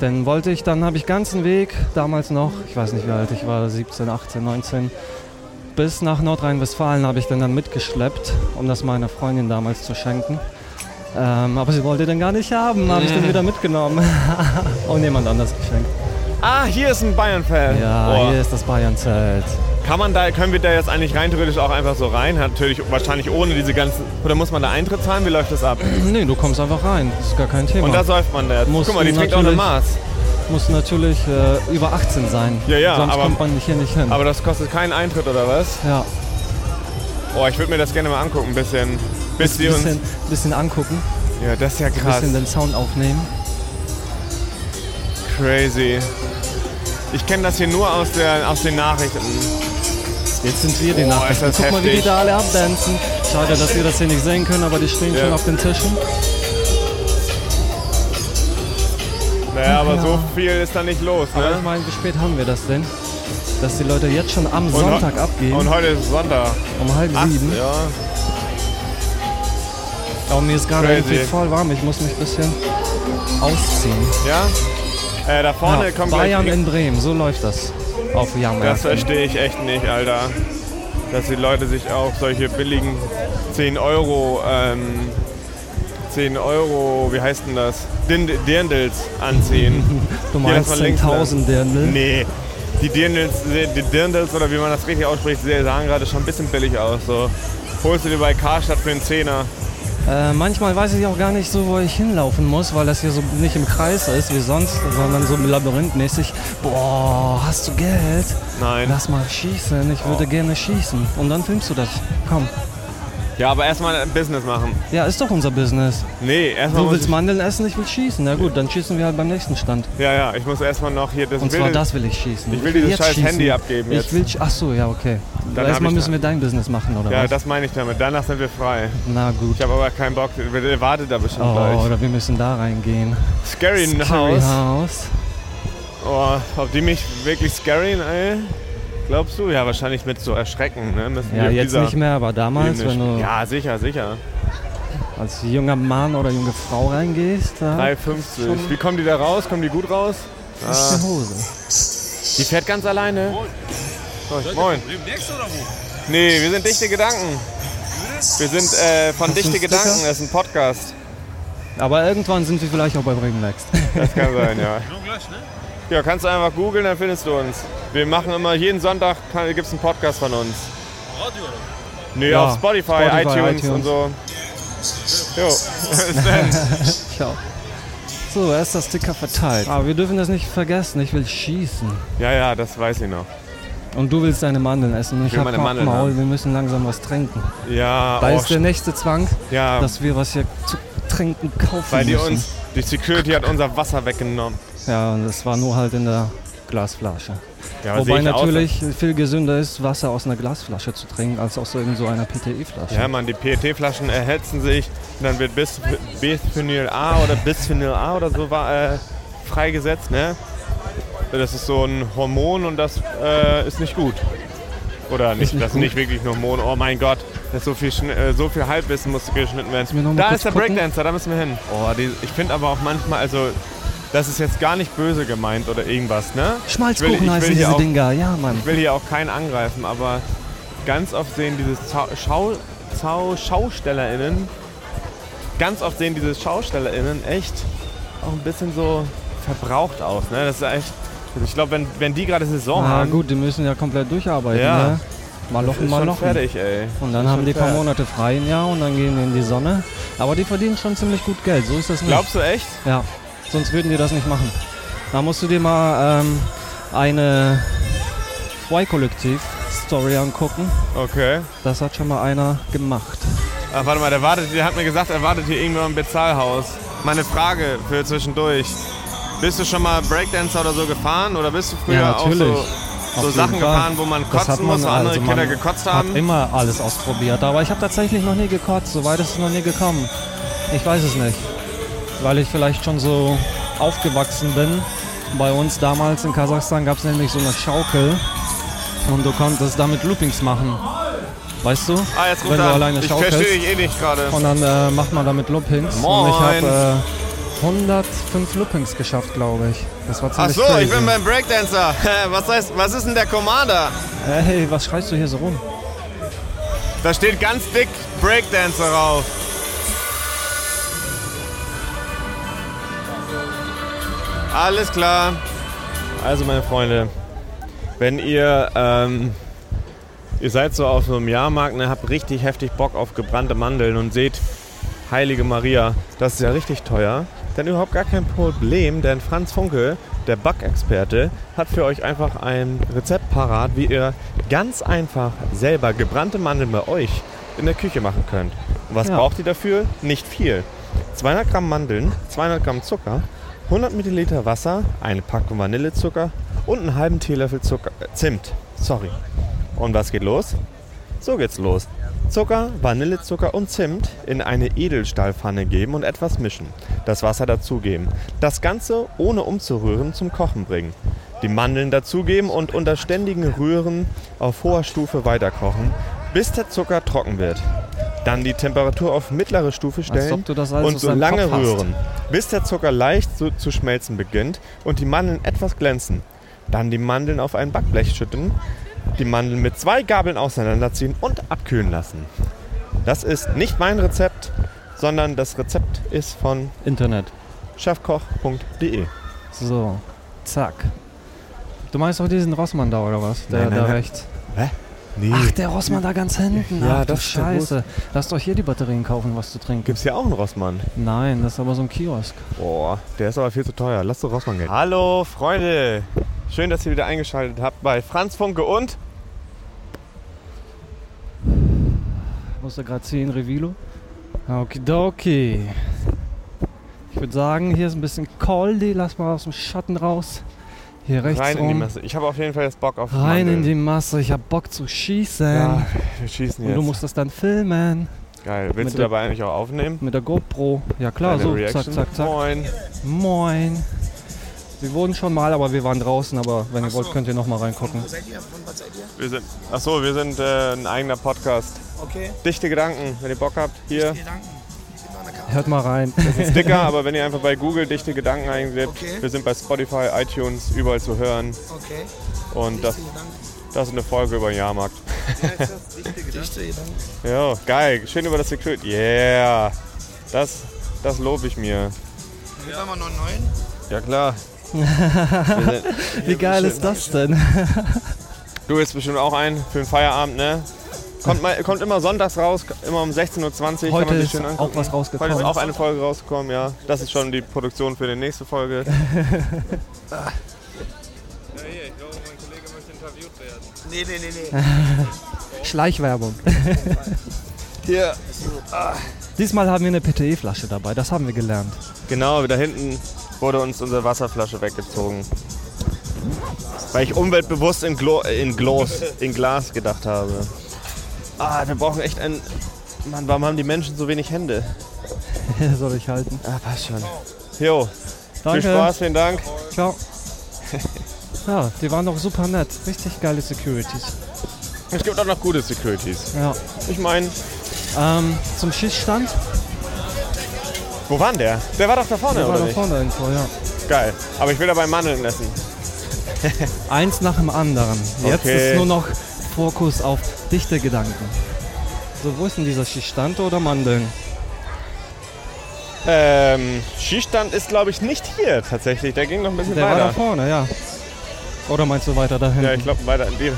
Speaker 2: dann wollte ich, dann habe ich ganzen Weg, damals noch, ich weiß nicht wie alt ich war, 17, 18, 19, bis nach Nordrhein-Westfalen habe ich den dann mitgeschleppt, um das meiner Freundin damals zu schenken. Ähm, aber sie wollte den gar nicht haben, habe ich den wieder mitgenommen und jemand anders geschenkt.
Speaker 3: Ah, hier ist ein Bayern-Fan.
Speaker 2: Ja,
Speaker 3: oh.
Speaker 2: hier ist das Bayern-Zelt.
Speaker 3: Kann man da, können wir da jetzt eigentlich rein theoretisch auch einfach so rein? Natürlich, wahrscheinlich ohne diese ganzen... Oder muss man da Eintritt zahlen? Wie läuft das ab?
Speaker 2: Nee, du kommst einfach rein, das ist gar kein Thema.
Speaker 3: Und da säuft man da jetzt.
Speaker 2: Musst
Speaker 3: Guck mal, die
Speaker 2: du
Speaker 3: trinkt auch eine
Speaker 2: natürlich-
Speaker 3: Maß.
Speaker 2: muss natürlich äh, über 18 sein.
Speaker 3: Ja, ja,
Speaker 2: Sonst
Speaker 3: aber-
Speaker 2: kommt man hier nicht hin.
Speaker 3: Aber das kostet keinen Eintritt, oder was?
Speaker 2: ja,
Speaker 3: Oh, ich würde mir das gerne mal angucken, ein bisschen. Bis
Speaker 2: ein
Speaker 3: sie uns...
Speaker 2: bisschen, bisschen angucken,
Speaker 3: Ja, das ist ja
Speaker 2: ein
Speaker 3: krass.
Speaker 2: bisschen den Sound aufnehmen.
Speaker 3: Crazy. Ich kenne das hier nur aus, der, aus den Nachrichten.
Speaker 2: Jetzt sind wir die
Speaker 3: Oh, ist
Speaker 2: Nachrichten.
Speaker 3: das
Speaker 2: Guck mal, wie die
Speaker 3: heftig.
Speaker 2: da alle abdancen. Schade, dass wir das hier nicht sehen können, aber die stehen
Speaker 3: Ja.
Speaker 2: schon auf den Tischen.
Speaker 3: Naja, aber
Speaker 2: Ja.
Speaker 3: so viel ist da nicht los,
Speaker 2: Aber ich
Speaker 3: ne?
Speaker 2: meine, wie spät haben wir das denn? Dass die Leute jetzt schon am Sonntag
Speaker 3: heu-
Speaker 2: abgehen,
Speaker 3: Und heute ist Sonntag.
Speaker 2: um halb
Speaker 3: Acht,
Speaker 2: sieben.
Speaker 3: ja.
Speaker 2: Aber mir ist gerade
Speaker 3: Crazy.
Speaker 2: irgendwie voll warm, ich muss mich ein bisschen ausziehen.
Speaker 3: ja? Äh, da vorne
Speaker 2: Ja,
Speaker 3: kommt
Speaker 2: Bayern
Speaker 3: gleich...
Speaker 2: in Bremen, so läuft das auf
Speaker 3: Das
Speaker 2: Jahrmärkten.
Speaker 3: verstehe ich echt nicht, Alter. Dass die Leute sich auch solche billigen 10 Euro, ähm, 10 Euro, wie heißt denn das? Dirnd- Dirndls anziehen.
Speaker 2: Du
Speaker 3: Hier,
Speaker 2: meinst
Speaker 3: dass man links
Speaker 2: 10.000 der, ne?
Speaker 3: nee. Die Dirndls, die Dirndls, oder wie man das richtig ausspricht, sie sahen gerade schon ein bisschen billig aus. So. Holst du dir bei Karstadt für einen Zehner.
Speaker 2: Äh, manchmal weiß ich auch gar nicht so, wo ich hinlaufen muss, weil das hier so nicht im Kreis ist wie sonst, sondern so labyrinthmäßig. Boah, hast du Geld?
Speaker 3: Nein. Oh.
Speaker 2: Lass mal schießen, ich würde gerne schießen. Und dann filmst du das. Komm.
Speaker 3: Ja, aber erstmal ein Business machen.
Speaker 2: Ja, ist doch unser Business.
Speaker 3: Nee, erstmal.
Speaker 2: Du
Speaker 3: muss
Speaker 2: willst
Speaker 3: ich,
Speaker 2: Mandeln essen, ich will schießen. Na gut, dann schießen wir halt beim nächsten Stand.
Speaker 3: ja, ja, ich muss erstmal noch hier. Das
Speaker 2: Und
Speaker 3: ich will
Speaker 2: zwar
Speaker 3: den-
Speaker 2: das will ich schießen.
Speaker 3: ich will dieses
Speaker 2: jetzt
Speaker 3: scheiß
Speaker 2: schießen.
Speaker 3: Handy abgeben jetzt.
Speaker 2: Ich will, sch- ach so, ja, okay.
Speaker 3: Dann hab
Speaker 2: Erstmal
Speaker 3: ich
Speaker 2: müssen
Speaker 3: da-
Speaker 2: wir dein Business machen, oder
Speaker 3: Ja,
Speaker 2: was?
Speaker 3: das meine ich damit. Danach sind wir frei.
Speaker 2: Na gut.
Speaker 3: Ich habe aber keinen Bock. Ihr wartet da bestimmt
Speaker 2: Oh,
Speaker 3: gleich.
Speaker 2: oder wir müssen da reingehen.
Speaker 3: Scary,
Speaker 2: Scary
Speaker 3: House.
Speaker 2: House.
Speaker 3: Oh, ob die mich wirklich scaryen, ey? Glaubst du? Ja, wahrscheinlich mit so Erschrecken, ne? Müssen
Speaker 2: Ja,
Speaker 3: die
Speaker 2: jetzt
Speaker 3: dieser
Speaker 2: nicht mehr, aber damals,
Speaker 3: Ebene
Speaker 2: wenn du
Speaker 3: spielen. Ja, sicher, sicher.
Speaker 2: als junger Mann oder junge Frau reingehst, da
Speaker 3: 3,50. Wie kommen die da raus? Kommen die gut raus?
Speaker 2: ist die Hose.
Speaker 3: Die fährt ganz alleine. Moin. Moin. Nee, wir sind dichte Gedanken. Wir sind äh, von
Speaker 2: Hast du
Speaker 3: dichte
Speaker 2: einen Sticker?
Speaker 3: Gedanken, das ist ein Podcast.
Speaker 2: Aber irgendwann sind wir vielleicht auch bei Bremen Next.
Speaker 3: Das kann sein, ja. Ja, kannst du einfach googeln, dann findest du uns. Wir machen immer jeden Sonntag gibt es einen Podcast von uns. Nee,
Speaker 2: Ja,
Speaker 3: auf Spotify,
Speaker 2: Spotify,
Speaker 3: iTunes, und
Speaker 2: iTunes.
Speaker 3: so. Jo,
Speaker 2: Ciao. So, erst das Sticker verteilt. Aber Ah, wir dürfen das nicht vergessen, ich will schießen.
Speaker 3: Ja, ja, das weiß ich noch.
Speaker 2: Und du willst deine Mandeln essen. Und ich
Speaker 3: will
Speaker 2: hab
Speaker 3: meine
Speaker 2: Bock,
Speaker 3: Mandeln
Speaker 2: Maul,
Speaker 3: haben.
Speaker 2: wir müssen langsam was trinken.
Speaker 3: Ja,
Speaker 2: Da
Speaker 3: oh,
Speaker 2: ist der nächste Zwang,
Speaker 3: ja
Speaker 2: dass wir was hier zu trinken kaufen
Speaker 3: weil die
Speaker 2: müssen.
Speaker 3: uns, die Security hat unser Wasser weggenommen.
Speaker 2: Ja, und das war nur halt in der Glasflasche.
Speaker 3: Ja, aber sehe
Speaker 2: Wobei
Speaker 3: ich aus- ne?
Speaker 2: natürlich viel gesünder ist, Wasser aus einer Glasflasche zu trinken, als aus irgend so einer PTE-Flasche.
Speaker 3: Ja, Mann, die PET-Flaschen erhitzen sich und dann wird Bis- Bisphenol A oder Bisphenol A oder so war, äh, freigesetzt, ne? Das ist so ein Hormon und das äh, ist nicht gut. Oder nicht,
Speaker 2: nicht
Speaker 3: das ist
Speaker 2: gut.
Speaker 3: nicht wirklich ein Hormon. Oh mein Gott, das ist so viel, Schn- äh, so viel Halbwissen muss geschnitten
Speaker 2: mir noch
Speaker 3: werden.
Speaker 2: mal
Speaker 3: Da
Speaker 2: kurz
Speaker 3: ist der
Speaker 2: gucken?
Speaker 3: Breakdancer, da müssen wir hin. Oh, die, ich finde aber auch manchmal, also, das ist jetzt gar nicht böse gemeint oder irgendwas, ne?
Speaker 2: Schmalzkuchen
Speaker 3: Ich will- ich will
Speaker 2: heißen
Speaker 3: hier
Speaker 2: diese
Speaker 3: auch-
Speaker 2: Dinger, ja Mann.
Speaker 3: Ich will hier auch keinen angreifen, aber ganz oft sehen dieses Zau Schau Zau SchaustellerInnen, ganz oft sehen diese SchaustellerInnen echt auch ein bisschen so verbraucht aus. Ne? Das ist echt, ich glaube, wenn, wenn die gerade Saison
Speaker 2: Na
Speaker 3: haben,
Speaker 2: Ah, gut, die müssen ja komplett durcharbeiten,
Speaker 3: Ja.
Speaker 2: ne? Mal lochen,
Speaker 3: ist
Speaker 2: mal
Speaker 3: schon
Speaker 2: lochen.
Speaker 3: fertig, ey.
Speaker 2: Und dann
Speaker 3: Ist
Speaker 2: haben
Speaker 3: schon
Speaker 2: die paar
Speaker 3: fertig.
Speaker 2: Monate frei im Jahr und dann gehen die in die Sonne. Aber die verdienen schon ziemlich gut Geld, so ist das nicht.
Speaker 3: Glaubst du echt?
Speaker 2: Ja, sonst würden die das nicht machen. Da musst du dir mal ähm, eine Y-Kollektiv-Story angucken.
Speaker 3: Okay.
Speaker 2: Das hat schon mal einer gemacht.
Speaker 3: Ach, Ah, warte mal, der, wartet, der hat mir gesagt, er wartet hier irgendwo im Bezahlhaus. Meine Frage für zwischendurch. Bist du schon mal Breakdancer oder so gefahren? Oder bist du früher auch
Speaker 2: natürlich.
Speaker 3: so,
Speaker 2: Auf
Speaker 3: so
Speaker 2: jeden
Speaker 3: Sachen
Speaker 2: Fall.
Speaker 3: gefahren, wo man
Speaker 2: Das hat
Speaker 3: kotzen muss, wo andere
Speaker 2: also man
Speaker 3: Kinder gekotzt
Speaker 2: Hat
Speaker 3: haben?
Speaker 2: immer alles ausprobiert, aber ich habe tatsächlich noch nie gekotzt. So weit ist es noch nie gekommen. Ich weiß es nicht, weil ich vielleicht schon so aufgewachsen bin. Bei uns damals in Kasachstan gab es nämlich so eine Schaukel und du konntest damit Loopings machen. Weißt du?
Speaker 3: Ah, jetzt ruft
Speaker 2: Wenn
Speaker 3: er
Speaker 2: du
Speaker 3: an.
Speaker 2: alleine
Speaker 3: Ich
Speaker 2: schaukelst.
Speaker 3: verstehe dich eh nicht gerade.
Speaker 2: Und dann äh, macht man damit Loopings. Und ich
Speaker 3: Moin.
Speaker 2: habe äh, 105 Loopings geschafft, glaube ich. Das war
Speaker 3: Ach
Speaker 2: ziemlich
Speaker 3: so,
Speaker 2: crazy.
Speaker 3: ich bin beim Breakdancer. Was heißt, was ist denn der Commander?
Speaker 2: Hey, was schreist du hier so rum?
Speaker 3: Da steht ganz dick Breakdancer drauf. Alles klar. Also meine Freunde, wenn ihr ähm, ihr seid so auf so einem Jahrmarkt und ihr habt richtig heftig Bock auf gebrannte Mandeln und seht Heilige Maria, das ist ja richtig teuer, dann überhaupt gar kein Problem, denn Franz Funke, der Backexperte, hat für euch einfach ein Rezept parat, wie ihr ganz einfach selber gebrannte Mandeln bei euch in der Küche machen könnt. Und was
Speaker 2: Ja.
Speaker 3: braucht ihr dafür? Nicht viel. 200 Gramm Mandeln, 200 Gramm Zucker, 100 Milliliter Wasser, eine Packung Vanillezucker und einen halben Teelöffel Zucker, äh, Zimt. Sorry. Und was geht los? So geht's los. Zucker, Vanillezucker und Zimt in eine Edelstahlpfanne geben und etwas mischen. Das Wasser dazugeben. Das Ganze ohne umzurühren zum Kochen bringen. Die Mandeln dazugeben und unter ständigem Rühren auf hoher Stufe weiterkochen, bis der Zucker trocken wird. Dann die Temperatur auf mittlere Stufe
Speaker 2: Als
Speaker 3: stellen
Speaker 2: ob du das alles
Speaker 3: und
Speaker 2: aus
Speaker 3: so
Speaker 2: deinem
Speaker 3: lange
Speaker 2: Kopf hast.
Speaker 3: rühren, bis der Zucker leicht zu, zu schmelzen beginnt und die Mandeln etwas glänzen. Dann die Mandeln auf ein Backblech schütten, die Mandeln mit zwei Gabeln auseinanderziehen und abkühlen lassen. Das ist nicht mein Rezept, sondern das Rezept ist von
Speaker 2: Internet.
Speaker 3: chefkoch.de.
Speaker 2: So, zack. Du meinst doch diesen Rossmann da oder was? Der
Speaker 3: Nein, nein,
Speaker 2: da
Speaker 3: nein.
Speaker 2: rechts.
Speaker 3: Nee,
Speaker 2: Ach, der Rossmann da ganz hinten.
Speaker 3: Ja,
Speaker 2: Ach, du
Speaker 3: das ist der
Speaker 2: Scheiße. Lass doch hier die Batterien kaufen, was zu trinken.
Speaker 3: gibt's hier auch einen Rossmann?
Speaker 2: Nein, das ist aber so ein Kiosk.
Speaker 3: Boah, der ist aber viel zu teuer. Lass doch Rossmann gehen. Hallo Freunde, schön, dass ihr wieder eingeschaltet habt bei Franz Funke und
Speaker 2: Wo kostet gerade 10 Revilo. Ah, Okidoki. Ich würde sagen, hier ist ein bisschen Koldi. Lass mal aus dem Schatten raus. Hier rechts
Speaker 3: Rein
Speaker 2: um.
Speaker 3: in die Messe. Ich habe auf jeden Fall jetzt Bock auf
Speaker 2: Rein in die
Speaker 3: Mandeln.
Speaker 2: Masse. Ich hab Bock zu schießen.
Speaker 3: Ja, wir schießen
Speaker 2: Und
Speaker 3: jetzt.
Speaker 2: du musst das dann filmen.
Speaker 3: Geil.
Speaker 2: mit
Speaker 3: Willst du
Speaker 2: der-
Speaker 3: dabei eigentlich auch aufnehmen?
Speaker 2: Mit der GoPro. Ja klar,
Speaker 3: Deine
Speaker 2: so.
Speaker 3: Reaction?
Speaker 2: Zack, zack, zack.
Speaker 3: Moin.
Speaker 2: Moin. Wir wurden schon mal, aber wir waren draußen. Aber wenn ihr wollt, könnt ihr nochmal reingucken.
Speaker 3: Wir sind, achso, wir sind äh, ein eigener Podcast.
Speaker 6: Okay,
Speaker 3: Dichte Gedanken, wenn ihr Bock habt. Hier
Speaker 6: vielen Dank.
Speaker 2: Hört mal rein.
Speaker 3: Sticker, aber wenn ihr einfach bei Google Dichte Gedanken eingebt,
Speaker 6: Okay.
Speaker 3: wir sind bei Spotify, iTunes, überall zu hören.
Speaker 6: Okay,
Speaker 3: Und das,
Speaker 6: vielen Dank.
Speaker 3: das ist eine Folge über den Jahrmarkt.
Speaker 6: Dichte Gedanken.
Speaker 3: Jo, geil. Schön über das Security. Yeah. Das, das lobe ich mir.
Speaker 6: Jetzt haben wir noch neun.
Speaker 3: Ja, klar. Wir sind-
Speaker 2: Wie geil ist das denn?
Speaker 3: Du willst bestimmt auch ein für den Feierabend, ne? Kommt, mal, kommt immer sonntags raus, immer um 16.20 Uhr.
Speaker 2: Heute
Speaker 3: kann man sich
Speaker 2: ist
Speaker 3: schön
Speaker 2: auch
Speaker 3: angucken.
Speaker 2: was
Speaker 3: Heute ist
Speaker 2: rausgekommen.
Speaker 3: auch eine Folge rausgekommen, ja. Das ist schon die Produktion für die nächste Folge.
Speaker 6: Nee, nee, nee, nee.
Speaker 2: Schleichwerbung.
Speaker 3: Hier.
Speaker 2: Diesmal haben wir eine PTE-Flasche dabei. Das haben wir gelernt.
Speaker 3: Genau, da hinten wurde uns unsere Wasserflasche weggezogen. Weil ich umweltbewusst in, Glo äh, in, Glos, in Glas gedacht habe. Ah, wir brauchen echt ein. Mann, warum haben die Menschen so wenig Hände?
Speaker 2: Soll ich halten.
Speaker 3: Ah, passt schon. Jo,
Speaker 2: Danke.
Speaker 3: viel Spaß, vielen Dank.
Speaker 2: Ciao. Ja, die waren doch super nett. Richtig geile Securities.
Speaker 3: Es gibt auch noch gute Securities.
Speaker 2: Ja.
Speaker 3: Ich meine,
Speaker 2: Ähm, zum Schießstand.
Speaker 3: wo war denn der? Der war doch da vorne,
Speaker 2: Der war
Speaker 3: oder
Speaker 2: da
Speaker 3: nicht?
Speaker 2: vorne irgendwo, ja.
Speaker 3: Geil. Aber ich will dabei Mandeln lassen.
Speaker 2: Eins nach dem anderen. Jetzt
Speaker 3: Okay.
Speaker 2: ist nur noch Fokus auf dichte Gedanken. So, wo ist denn dieser Schießstand oder Mandeln?
Speaker 3: Ähm, Schießstand ist, glaube ich, nicht hier tatsächlich. Der ging noch ein bisschen
Speaker 2: Der war da
Speaker 3: weiter.
Speaker 2: vorne, ja. Oder meinst du weiter dahin?
Speaker 3: Ja, ich glaube, weiter in die.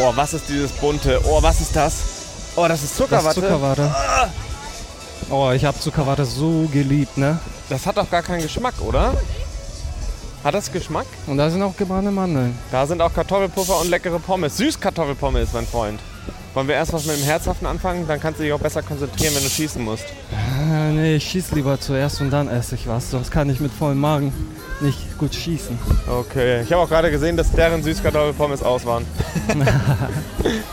Speaker 3: Oh, was ist dieses bunte? Oh, was ist das? Oh, das
Speaker 2: Das
Speaker 3: ist
Speaker 2: ist
Speaker 3: Zuckerwatte. Das,
Speaker 2: Zuckerwatte. Oh, ich hab Zuckerwatte so geliebt, ne?
Speaker 3: hat doch gar keinen Geschmack, oder? Hat das Geschmack?
Speaker 2: Und da sind auch gebrannte Mandeln.
Speaker 3: Da sind auch Kartoffelpuffer und leckere Pommes. Süßkartoffelpommes, mein Freund. Wollen wir erst was mit dem Herzhaften anfangen? Dann kannst du dich auch besser konzentrieren, wenn du schießen musst.
Speaker 2: Äh, nee, ich schieß lieber zuerst und dann esse ich was, sonst kann ich mit vollem Magen nicht gut schießen.
Speaker 3: Okay. Ich habe auch gerade gesehen, dass deren Süßkartoffelpommes aus waren.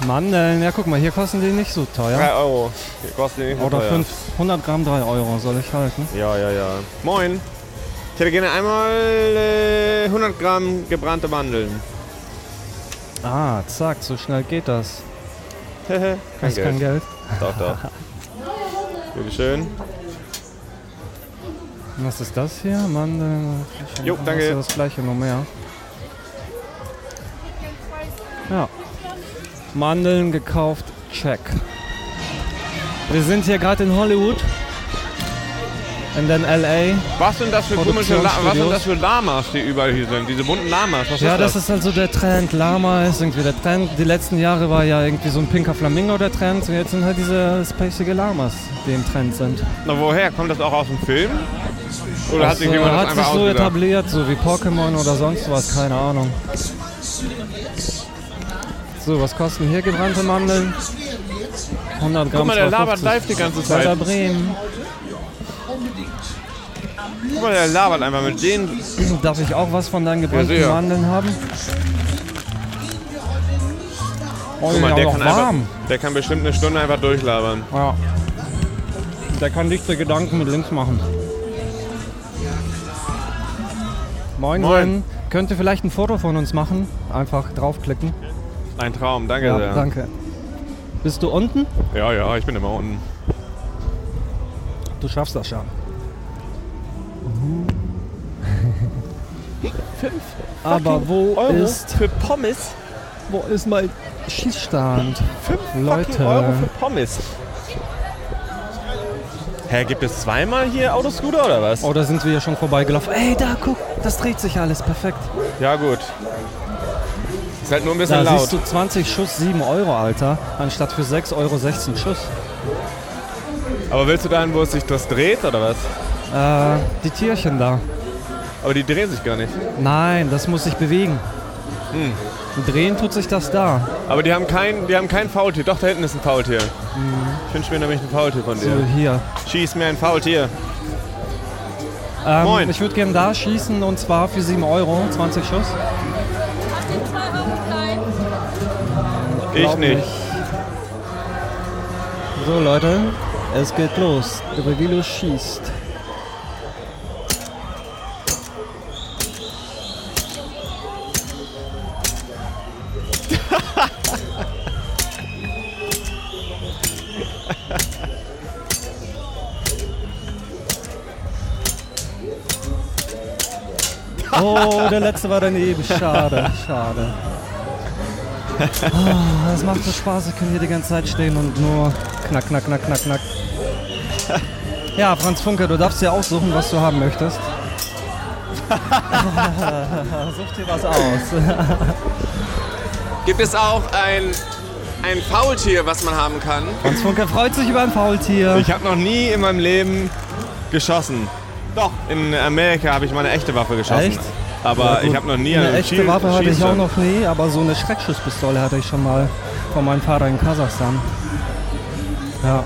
Speaker 2: Mandeln, ja guck mal, hier kosten die nicht so teuer.
Speaker 3: 3 Euro. Die Kosten die nicht so
Speaker 2: Oder
Speaker 3: teuer.
Speaker 2: 500 Gramm 3 Euro soll ich halten.
Speaker 3: Ja, ja, ja. Moin. Ich hätte gerne einmal äh, 100 Gramm gebrannte Mandeln.
Speaker 2: Ah, zack, so schnell geht das.
Speaker 3: Kein
Speaker 2: Hast kein Geld?
Speaker 3: Doch, doch. Bitte schön.
Speaker 2: Was ist das hier? äh, Mandeln? Fläschchen.
Speaker 3: Jo,
Speaker 2: Das
Speaker 3: danke.
Speaker 2: ist ja Das gleiche, nur mehr. Ja. Mandeln gekauft, check. Wir sind hier gerade in Hollywood. Und dann LA.
Speaker 3: Was sind das für komische La was sind
Speaker 2: Produktionsstudios.
Speaker 3: das für Lamas, die überall hier sind? Diese bunten Lamas, was
Speaker 2: Ja,
Speaker 3: ist
Speaker 2: das
Speaker 3: das?
Speaker 2: ist halt so der Trend. Lama ist irgendwie der Trend. Die letzten Jahre war ja irgendwie so ein pinker Flamingo der Trend. Und jetzt sind halt diese spacige Lamas, die im Trend sind.
Speaker 3: Na, woher? Kommt das auch aus dem Film? Oder hat
Speaker 2: Das,
Speaker 3: sich
Speaker 2: äh,
Speaker 3: jemand das
Speaker 2: hat sich
Speaker 3: einfach
Speaker 2: so
Speaker 3: ausgedacht?
Speaker 2: etabliert, so wie Pokémon oder sonst was, keine Ahnung. So, was kosten hier gebrannte Mandeln? 100 Gramm.
Speaker 3: Guck mal, der labert
Speaker 2: 2,50.
Speaker 3: live die ganze Zeit.
Speaker 2: Werder Bremen.
Speaker 3: Guck mal, der labert einfach mit denen.
Speaker 2: Darf ich auch was von deinen gebrannten
Speaker 3: Ja, sicher.
Speaker 2: Mandeln haben? Oh,
Speaker 3: Guck mal,
Speaker 2: die
Speaker 3: der
Speaker 2: sind
Speaker 3: kann,
Speaker 2: auch warm.
Speaker 3: einfach, der kann bestimmt eine Stunde einfach durchlabern.
Speaker 2: Ja. Der kann dichte Gedanken mit links machen. Moin,
Speaker 3: Moin.
Speaker 2: Moin. Könnt ihr vielleicht ein Foto von uns machen? Einfach draufklicken.
Speaker 3: Ein Traum, danke
Speaker 2: Ja,
Speaker 3: sehr.
Speaker 2: danke. Bist du unten?
Speaker 3: Ja, ja, ich bin immer unten.
Speaker 2: Du schaffst das schon. Mhm. Aber wo
Speaker 3: Euro
Speaker 2: ist
Speaker 3: für Pommes?
Speaker 2: wo ist mein Schießstand?
Speaker 3: 5
Speaker 2: Leute.
Speaker 3: Euro für Pommes. Hä, gibt es zweimal hier Autoscooter oder was?
Speaker 2: Oh, da sind wir ja schon vorbeigelaufen. Ey, da guck, das dreht sich alles perfekt.
Speaker 3: Ja, gut. Ist halt nur ein bisschen
Speaker 2: Da
Speaker 3: laut.
Speaker 2: siehst du 20 Schuss 7 Euro, Alter, anstatt für 6 Euro 16 Schuss.
Speaker 3: Aber willst du dahin, wo es sich das dreht oder was?
Speaker 2: Äh, die Tierchen da.
Speaker 3: Aber die drehen sich gar nicht.
Speaker 2: Nein, das muss sich bewegen. Drehen tut sich das da.
Speaker 3: Aber die haben kein, die haben kein Faultier. Doch, da hinten ist ein Faultier. Ich wünsche mir nämlich ein Faultier von
Speaker 2: So,
Speaker 3: dir.
Speaker 2: Äh, hier.
Speaker 3: Schieß mir ein Faultier.
Speaker 2: Ähm,
Speaker 3: Moin.
Speaker 2: Ich würde gerne da schießen und zwar für 7 Euro, 20 Schuss.
Speaker 3: Ich
Speaker 2: Glaub
Speaker 3: nicht.
Speaker 2: So Leute, es geht los. Revilo schießt. Oh, der letzte war daneben. Schade, schade. Das macht so Spaß, wir können hier die ganze Zeit stehen und nur knack, knack, knack, knack, knack. Ja, Franz Funke, du darfst dir aussuchen, was du haben möchtest. Such dir was aus.
Speaker 7: Gibt es auch ein, ein Faultier, was man haben kann?
Speaker 2: Franz Funke freut sich über ein Faultier.
Speaker 3: Ich habe noch nie in meinem Leben geschossen. Doch, in Amerika habe ich mal eine echte Waffe geschossen.
Speaker 2: Echt?
Speaker 3: Aber ich habe noch nie
Speaker 2: eine
Speaker 3: einen
Speaker 2: echte
Speaker 3: Schie-
Speaker 2: Waffe hatte ich auch
Speaker 3: Schießstand.
Speaker 2: noch nie, aber so eine Schreckschusspistole hatte ich schon mal von meinem Vater in Kasachstan. Ja.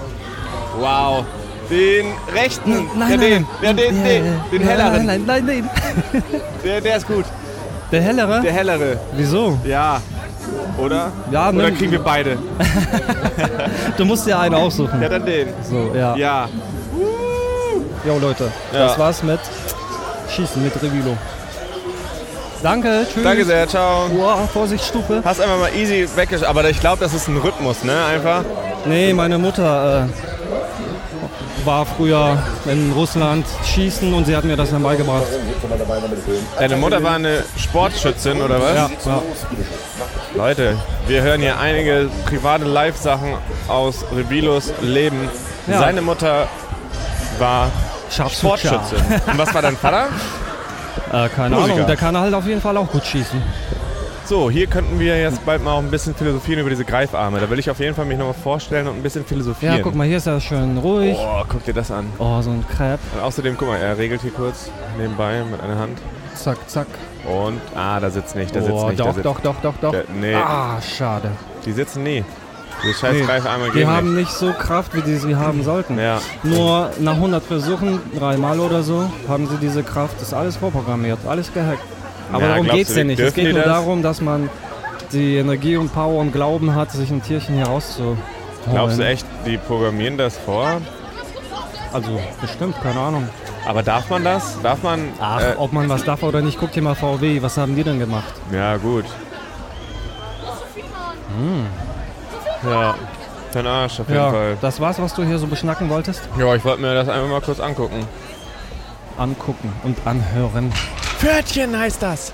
Speaker 3: Wow. Den rechten.
Speaker 2: Nein,
Speaker 3: ja, den,
Speaker 2: nein,
Speaker 3: Ja, den,
Speaker 2: nein.
Speaker 3: den,
Speaker 2: Ja,
Speaker 3: den
Speaker 2: ja,
Speaker 3: helleren.
Speaker 2: Nein, nein, nein.
Speaker 3: Der, der ist gut.
Speaker 2: Der hellere?
Speaker 3: Der hellere.
Speaker 2: Wieso?
Speaker 3: Ja. Oder?
Speaker 2: Ja,
Speaker 3: Oder
Speaker 2: nimm-
Speaker 3: kriegen wir beide?
Speaker 2: Du musst dir einen aussuchen.
Speaker 3: Ja, dann den.
Speaker 2: So, ja.
Speaker 3: Ja.
Speaker 2: Jo Leute,
Speaker 3: Ja.
Speaker 2: das war's mit Schießen mit Revilo. Danke, tschüss.
Speaker 3: Danke sehr, ciao.
Speaker 2: Boah, Vorsicht, Stufe.
Speaker 3: Hast einfach mal easy weggesch... Aber ich glaube, das ist ein Rhythmus, ne? Einfach.
Speaker 2: Nee, meine Mutter äh, war früher in Russland schießen und sie hat mir das dann beigebracht.
Speaker 3: Deine Mutter war eine Sportschützin, oder was?
Speaker 2: Ja, ja.
Speaker 3: Leute, wir hören hier einige private Live-Sachen aus Rebilos Leben.
Speaker 2: Ja.
Speaker 3: Seine Mutter war
Speaker 2: Scharfschütze.
Speaker 3: Sportschützin. Und was war dein Vater?
Speaker 2: Äh, keine
Speaker 3: Musiker.
Speaker 2: Ahnung, der kann halt auf jeden Fall auch gut schießen.
Speaker 3: So, hier könnten wir jetzt bald mal auch ein bisschen philosophieren über diese Greifarme. Da will ich auf jeden Fall mich nochmal vorstellen und ein bisschen philosophieren.
Speaker 2: Ja, guck mal, hier ist er schön ruhig.
Speaker 3: Oh, guck dir das an.
Speaker 2: Oh, so ein Crepe.
Speaker 3: Und Äh, außerdem, guck mal, er regelt hier kurz nebenbei mit einer Hand.
Speaker 2: Zack, zack.
Speaker 3: Und, ah, da sitzt nicht, da sitzt
Speaker 2: Oh,
Speaker 3: nicht. da
Speaker 2: doch,
Speaker 3: sitzt,
Speaker 2: doch, doch, doch, doch.
Speaker 3: Der, nee,
Speaker 2: Ah, schade.
Speaker 3: die sitzen nie. Die scheiß
Speaker 2: Nee,
Speaker 3: Greifarme
Speaker 2: Die
Speaker 3: gehen
Speaker 2: haben nicht so Kraft, wie die sie haben sollten.
Speaker 3: nicht. Ja.
Speaker 2: Nur nach 100 Versuchen, dreimal oder so, haben sie diese Kraft. Das ist alles vorprogrammiert, alles gehackt. Aber
Speaker 3: Ja,
Speaker 2: darum
Speaker 3: glaubst
Speaker 2: geht es
Speaker 3: du,
Speaker 2: ja nicht. Es
Speaker 3: dürfen
Speaker 2: geht
Speaker 3: die
Speaker 2: nur
Speaker 3: das?
Speaker 2: darum, dass man die Energie und Power und Glauben hat, sich ein Tierchen hier rauszuholen.
Speaker 3: Glaubst du echt, die programmieren das vor?
Speaker 2: Also bestimmt, keine Ahnung.
Speaker 3: Aber darf man das? Darf man?
Speaker 2: Ach,
Speaker 3: äh,
Speaker 2: ob man was darf oder nicht, guck dir mal VW, was haben die denn gemacht?
Speaker 3: ja, gut.
Speaker 2: Hm.
Speaker 3: Ja, dein Arsch auf jeden Fall.
Speaker 2: das war's, was du hier so beschnacken wolltest?
Speaker 3: Ja, ich wollte mir das einfach mal kurz angucken.
Speaker 2: Angucken und anhören.
Speaker 3: Pferdchen heißt das.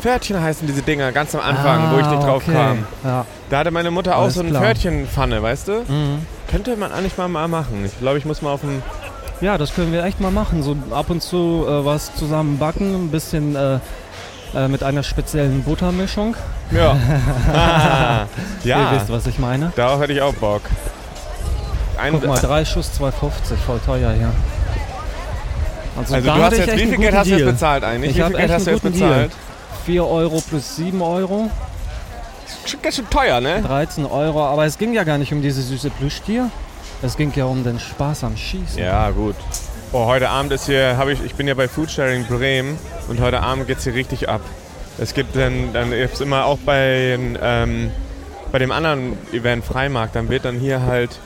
Speaker 3: Pferdchen heißen diese Dinger ganz am Anfang, wo ich nicht
Speaker 2: Ah,
Speaker 3: drauf
Speaker 2: okay.
Speaker 3: kam.
Speaker 2: Ja.
Speaker 3: Da hatte meine Mutter auch
Speaker 2: Alles
Speaker 3: so eine
Speaker 2: klar. Mhm.
Speaker 3: Pferdchenpfanne, weißt du? Könnte man eigentlich mal, mal machen. Ich glaube, ich muss mal auf dem.
Speaker 2: Ja, das können wir echt mal machen. So ab und zu äh, was zusammen backen, ein bisschen äh, äh, mit einer speziellen Buttermischung.
Speaker 3: Ja. ah,
Speaker 2: Ihr
Speaker 3: ja.
Speaker 2: wisst, was ich meine.
Speaker 3: Darauf hätte ich auch Bock. Ein,
Speaker 2: Guck mal, drei Schuss 2,50, voll teuer hier.
Speaker 3: also
Speaker 2: da
Speaker 3: du
Speaker 2: hatte
Speaker 3: hast
Speaker 2: ich
Speaker 3: jetzt,
Speaker 2: echt
Speaker 3: wie
Speaker 2: einen
Speaker 3: viel Geld
Speaker 2: guten
Speaker 3: hast du jetzt
Speaker 2: Deal.
Speaker 3: bezahlt eigentlich?
Speaker 2: Ich
Speaker 3: wie
Speaker 2: hab
Speaker 3: viel Geld
Speaker 2: echt
Speaker 3: hast du
Speaker 2: einen
Speaker 3: jetzt
Speaker 2: guten Deal.
Speaker 3: bezahlt?
Speaker 2: 4 Euro plus 7 Euro,
Speaker 3: Schon ganz schön teuer, ne?
Speaker 2: 13 Euro. Aber es ging ja gar nicht um diese süße Plüschtier. Es ging ja um den Spaß am Schießen.
Speaker 3: Ja, gut. Oh, heute Abend ist hier, habe ich, ich bin ja bei Foodsharing Bremen und heute Abend geht's hier richtig ab. Es gibt dann, dann gibt's immer auch bei, ähm, bei dem anderen Event Freimarkt, dann wird dann hier halt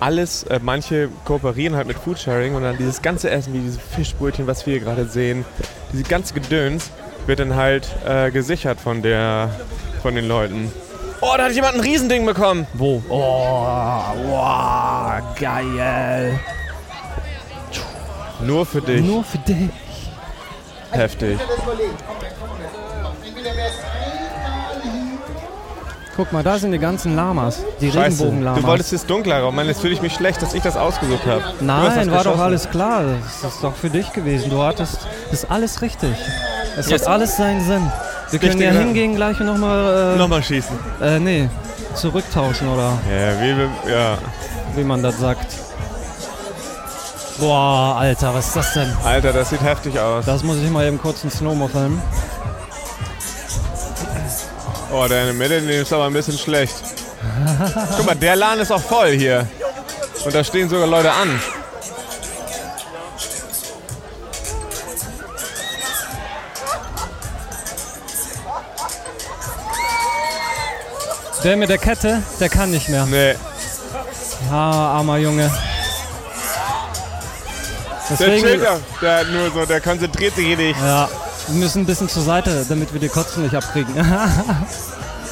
Speaker 3: alles, äh, manche kooperieren halt mit Foodsharing und dann dieses ganze Essen, wie diese Fischbrötchen, was wir hier gerade sehen, diese ganze Gedöns, wird dann halt äh, gesichert von der, von den Leuten. Oh, da hat jemand ein Riesending bekommen.
Speaker 2: Wo? Oh, wow, Ah, geil.
Speaker 3: Nur für dich.
Speaker 2: Nur für dich.
Speaker 3: Heftig.
Speaker 2: Guck mal, da sind die ganzen Lamas. Die
Speaker 3: Scheiße.
Speaker 2: Regenbogenlamas.
Speaker 3: Du wolltest das dunklere. Mann, jetzt fühle ich mich schlecht, dass ich das ausgesucht habe.
Speaker 2: Nein, war doch alles klar. Das ist doch für dich gewesen. Du hattest das ist alles richtig. Es hat alles seinen Sinn. Wir können ja
Speaker 3: Richtiger-
Speaker 2: hingehen gleich und nochmal.
Speaker 3: Nochmal schießen.
Speaker 2: Äh, äh, nee, zurücktauschen oder
Speaker 3: Ja, wie, wir- ja.
Speaker 2: wie man das sagt. Boah, Alter, was ist das denn?
Speaker 3: Alter, das sieht heftig aus.
Speaker 2: Das muss ich mal eben kurz in Snowmo filmen.
Speaker 3: Oh, deine Melanie ist aber ein bisschen schlecht. Guck mal, der Laden ist auch voll hier. Und da stehen sogar Leute an.
Speaker 2: Der mit der Kette, der kann nicht mehr.
Speaker 3: Nee,
Speaker 2: Ah, armer Junge.
Speaker 3: der chillt
Speaker 2: Deswegen,
Speaker 3: da. Der hat nur so, der konzentriert sich hier nicht.
Speaker 2: ja, wir müssen ein bisschen zur Seite, damit wir die Kotzen nicht abkriegen.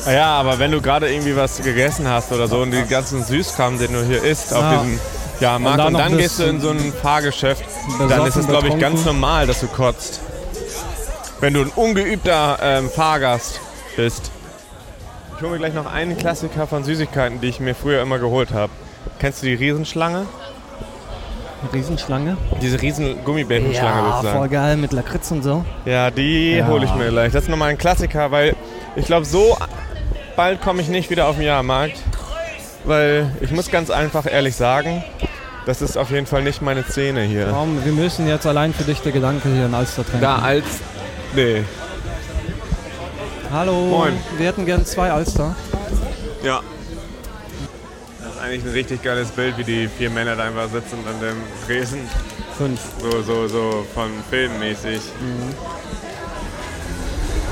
Speaker 3: Ja, aber wenn du gerade irgendwie was gegessen hast oder so und die ganzen Süßkram, den du hier isst auf
Speaker 2: Ja.
Speaker 3: diesem ja, Markt
Speaker 2: dann
Speaker 3: und
Speaker 2: noch
Speaker 3: dann
Speaker 2: das-
Speaker 3: gehst du in so ein Fahrgeschäft, dann ist es,
Speaker 2: Besoffen,
Speaker 3: glaube ich, ganz
Speaker 2: betrunken.
Speaker 3: normal, dass du kotzt. Wenn du ein ungeübter ähm, Fahrgast bist. Ich hole mir gleich noch einen Klassiker von Süßigkeiten, die ich mir früher immer geholt habe. Kennst du die Riesenschlange?
Speaker 2: Riesenschlange.
Speaker 3: Diese riesen Gummibärchenschlange
Speaker 2: ja,
Speaker 3: sozusagen.
Speaker 2: voll geil mit Lakritz und so.
Speaker 3: Ja, die
Speaker 2: Ja.
Speaker 3: hole ich mir gleich. Das ist nochmal ein Klassiker, weil ich glaube, so bald komme ich nicht wieder auf den Jahrmarkt. Weil ich muss ganz einfach ehrlich sagen, das ist auf jeden Fall nicht meine Szene hier.
Speaker 2: Komm, wir müssen jetzt allein für dich der Gedanke hier in Alster trinken.
Speaker 3: Da als. Nee.
Speaker 2: Hallo,
Speaker 3: Moin.
Speaker 2: wir hätten gern zwei Alster.
Speaker 3: Ja. Das ist eigentlich ein richtig geiles Bild, wie die vier Männer da einfach sitzen an dem Tresen.
Speaker 2: Fünf.
Speaker 3: So, so, so von filmmäßig. Mhm.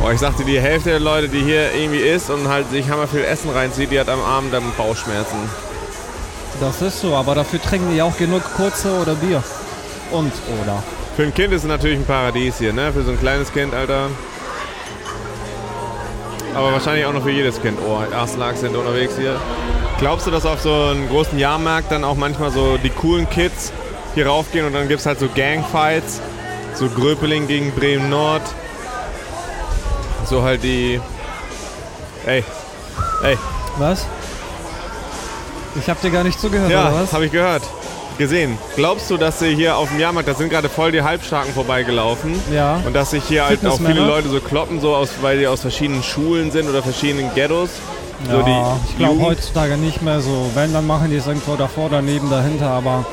Speaker 3: Boah, ich sagte, die Hälfte der Leute, die hier irgendwie isst und halt sich hammer viel Essen reinzieht, die hat am Abend dann Bauchschmerzen.
Speaker 2: Das ist so, aber dafür trinken die auch genug kurze oder Bier. Und oder.
Speaker 3: Für ein Kind ist es natürlich ein Paradies hier, ne? Für so ein kleines Kind, Alter. Aber wahrscheinlich auch noch für jedes Kind. Oh, Arschlags sind unterwegs hier. Glaubst du, dass auf so einem großen Jahrmarkt dann auch manchmal so die coolen Kids hier raufgehen und dann gibt's halt so Gangfights? So Gröpeling gegen Bremen Nord. So halt die. Ey,
Speaker 2: Was? Ich hab dir gar nicht zugehört, oder
Speaker 3: ja,
Speaker 2: was?
Speaker 3: habe ich gehört. Gesehen. Glaubst du, dass sie hier auf dem Jahrmarkt, da sind gerade voll die Halbstarken vorbeigelaufen?
Speaker 2: Ja.
Speaker 3: Und dass sich hier halt auch viele
Speaker 2: Fitnessmänner.
Speaker 3: Leute so kloppen, so aus, weil die aus verschiedenen Schulen sind oder verschiedenen Ghettos. So
Speaker 2: ja,
Speaker 3: die
Speaker 2: ich glaube
Speaker 3: Jugend-
Speaker 2: heutzutage nicht mehr so. Wenn, dann machen die es irgendwo davor, daneben, dahinter, aber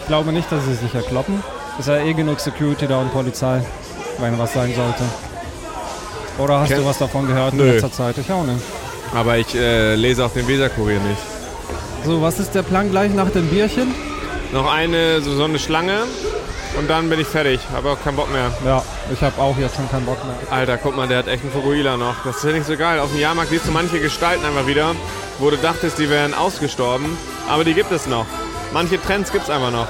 Speaker 2: ich glaube nicht, dass sie sich hier kloppen. Ist ja eh genug Security da und Polizei, wenn was sein sollte. Oder hast
Speaker 3: Ken-
Speaker 2: du was davon gehört
Speaker 3: Nö.
Speaker 2: in letzter Zeit? Ich auch nicht.
Speaker 3: Aber ich äh, lese auch den Weserkurier nicht.
Speaker 2: So, was ist der Plan gleich nach dem Bierchen?
Speaker 3: Noch eine, so, so eine Schlange und dann bin ich fertig. Habe auch keinen Bock mehr.
Speaker 2: Ja, ich habe auch jetzt schon keinen Bock mehr.
Speaker 3: Alter, guck mal, der hat echt einen Fukuhila noch. Das finde ich so geil. Auf dem Jahrmarkt siehst du manche Gestalten einfach wieder, wo du dachtest, die wären ausgestorben. Aber die gibt es noch. Manche Trends gibt es einfach noch.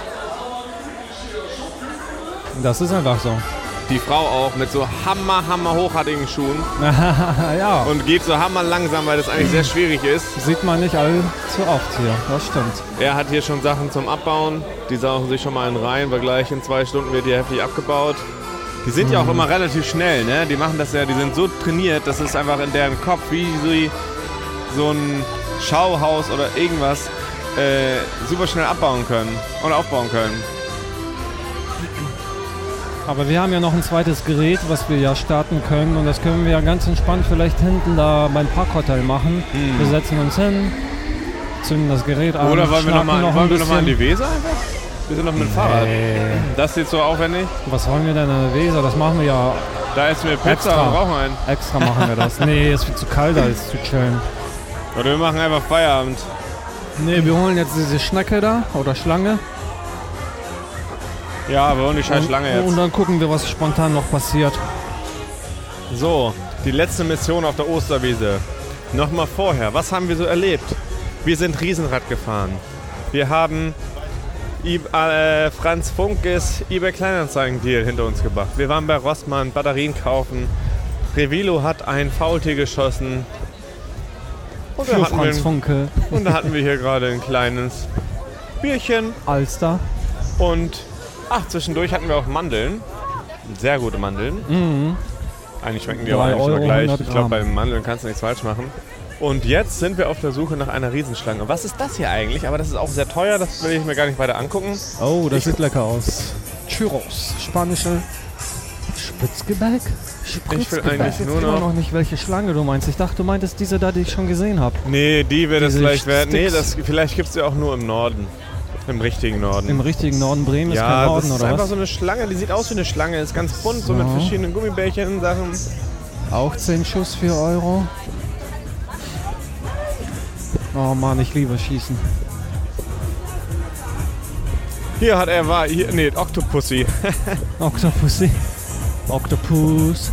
Speaker 2: Das ist einfach so.
Speaker 3: Die Frau auch mit so hammer, hammer hochhackigen Schuhen
Speaker 2: ja,
Speaker 3: und geht so hammer langsam, weil das eigentlich sehr schwierig ist.
Speaker 2: sieht man nicht allzu oft hier. Das stimmt.
Speaker 3: Er hat hier schon Sachen zum Abbauen. Die saugen sich schon mal einen rein, weil gleich in zwei Stunden wird hier heftig abgebaut. Die sind ja auch immer relativ schnell, ne? Die machen das ja, die sind so trainiert, das ist einfach in deren Kopf wie so, so ein Schauhaus oder irgendwas äh, super schnell abbauen können und aufbauen können.
Speaker 2: Aber wir haben ja noch ein zweites Gerät, was wir ja starten können. Und das können wir ja ganz entspannt vielleicht hinten da beim Parkhotel machen. Wir setzen uns hin, zünden das Gerät an.
Speaker 3: Hm. Oder wollen wir
Speaker 2: schnacken
Speaker 3: nochmal
Speaker 2: Ähm, noch
Speaker 3: noch
Speaker 2: ein
Speaker 3: wollen wir noch mal an
Speaker 2: bisschen.
Speaker 3: die Weser einfach? Wir sind noch mit dem Fahrrad. Das ist jetzt so aufwendig.
Speaker 2: Was wollen wir denn an der Weser? Das machen wir ja
Speaker 3: Da essen wir Pizza
Speaker 2: Extra.
Speaker 3: und rauchen einen.
Speaker 2: extra, machen wir das. nee, ist viel zu kalt, da ist zu chillen.
Speaker 3: Oder wir machen einfach Feierabend.
Speaker 2: Nee, wir holen jetzt diese Schnecke da oder Schlange.
Speaker 3: Ja, aber ohne die scheiß Schlange
Speaker 2: und,
Speaker 3: jetzt.
Speaker 2: und dann gucken wir, was spontan noch passiert. oh.
Speaker 3: So, die letzte Mission auf der Osterwiese. Nochmal vorher, was haben wir so erlebt? Wir sind Riesenrad gefahren. Wir haben I äh, Franz Funkes eBay Kleinanzeigen-Deal hinter uns gebracht. Wir waren bei Rossmann, Batterien kaufen. Revilo hat ein Faultier geschossen. Und da,
Speaker 2: Für
Speaker 3: hatten wir,
Speaker 2: Franz Funke,
Speaker 3: und da hatten wir hier gerade ein kleines Bierchen.
Speaker 2: Alster.
Speaker 3: Und ach, zwischendurch hatten wir auch Mandeln. Sehr gute Mandeln. Eigentlich schmecken die
Speaker 2: Mhm.
Speaker 3: auch
Speaker 2: Drei
Speaker 3: eigentlich immer
Speaker 2: Euro,
Speaker 3: gleich.
Speaker 2: 100
Speaker 3: Ich glaube,
Speaker 2: Gramm.
Speaker 3: bei Mandeln kannst du nichts falsch machen. Und jetzt sind wir auf der Suche nach einer Riesenschlange. Was ist das hier eigentlich? Aber das ist auch sehr teuer, das will ich mir gar nicht weiter angucken.
Speaker 2: Oh, das sieht lecker aus. Churros, spanische Spitzgebäck? Spritzgebäck.
Speaker 3: Ich will eigentlich
Speaker 2: jetzt
Speaker 3: nur
Speaker 2: immer
Speaker 3: noch-
Speaker 2: noch nicht, welche Schlange du meinst. Ich dachte, du meintest diese da, die ich schon gesehen habe.
Speaker 3: Nee, die wird es
Speaker 2: Diese
Speaker 3: vielleicht werden. Nee,
Speaker 2: Sticks.
Speaker 3: das, vielleicht gibt es die auch nur im Norden. Im richtigen Norden.
Speaker 2: Im richtigen Norden Bremen ist
Speaker 3: ja,
Speaker 2: kein Norden,
Speaker 3: das ist
Speaker 2: oder
Speaker 3: einfach
Speaker 2: was?
Speaker 3: so eine Schlange, die sieht aus wie eine Schlange, ist ganz bunt, so mit
Speaker 2: So.
Speaker 3: verschiedenen Gummibärchen und Sachen.
Speaker 2: Auch 10 Schuss, 4 Euro. Oh Mann, ich liebe Schießen.
Speaker 3: Hier hat er war. Hier, nee, Octopussy.
Speaker 2: Octopussy. Octopus.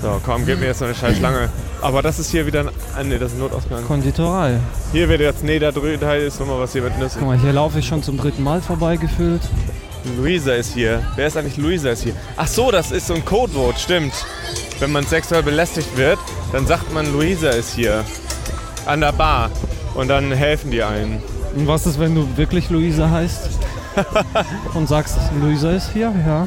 Speaker 3: So, komm, gib mir jetzt so eine scheiß Schlange. Aber das ist hier wieder ein. Ah, nee, das ist ein Notausgang.
Speaker 2: Konditorei.
Speaker 3: Hier wird jetzt. Nee, da drü- da ist nochmal was hier mit Nüssen.
Speaker 2: Guck mal, hier laufe ich schon zum dritten Mal vorbeigefüllt.
Speaker 3: Luisa ist hier. Wer ist eigentlich Luisa ist hier? Ach so, das ist so ein Codewort, stimmt. Wenn man sexuell belästigt wird, dann sagt man Luisa ist hier. An der Bar. Und dann helfen die einen.
Speaker 2: Und was ist, wenn du wirklich Luisa heißt? Und sagst, Luisa ist hier? Ja.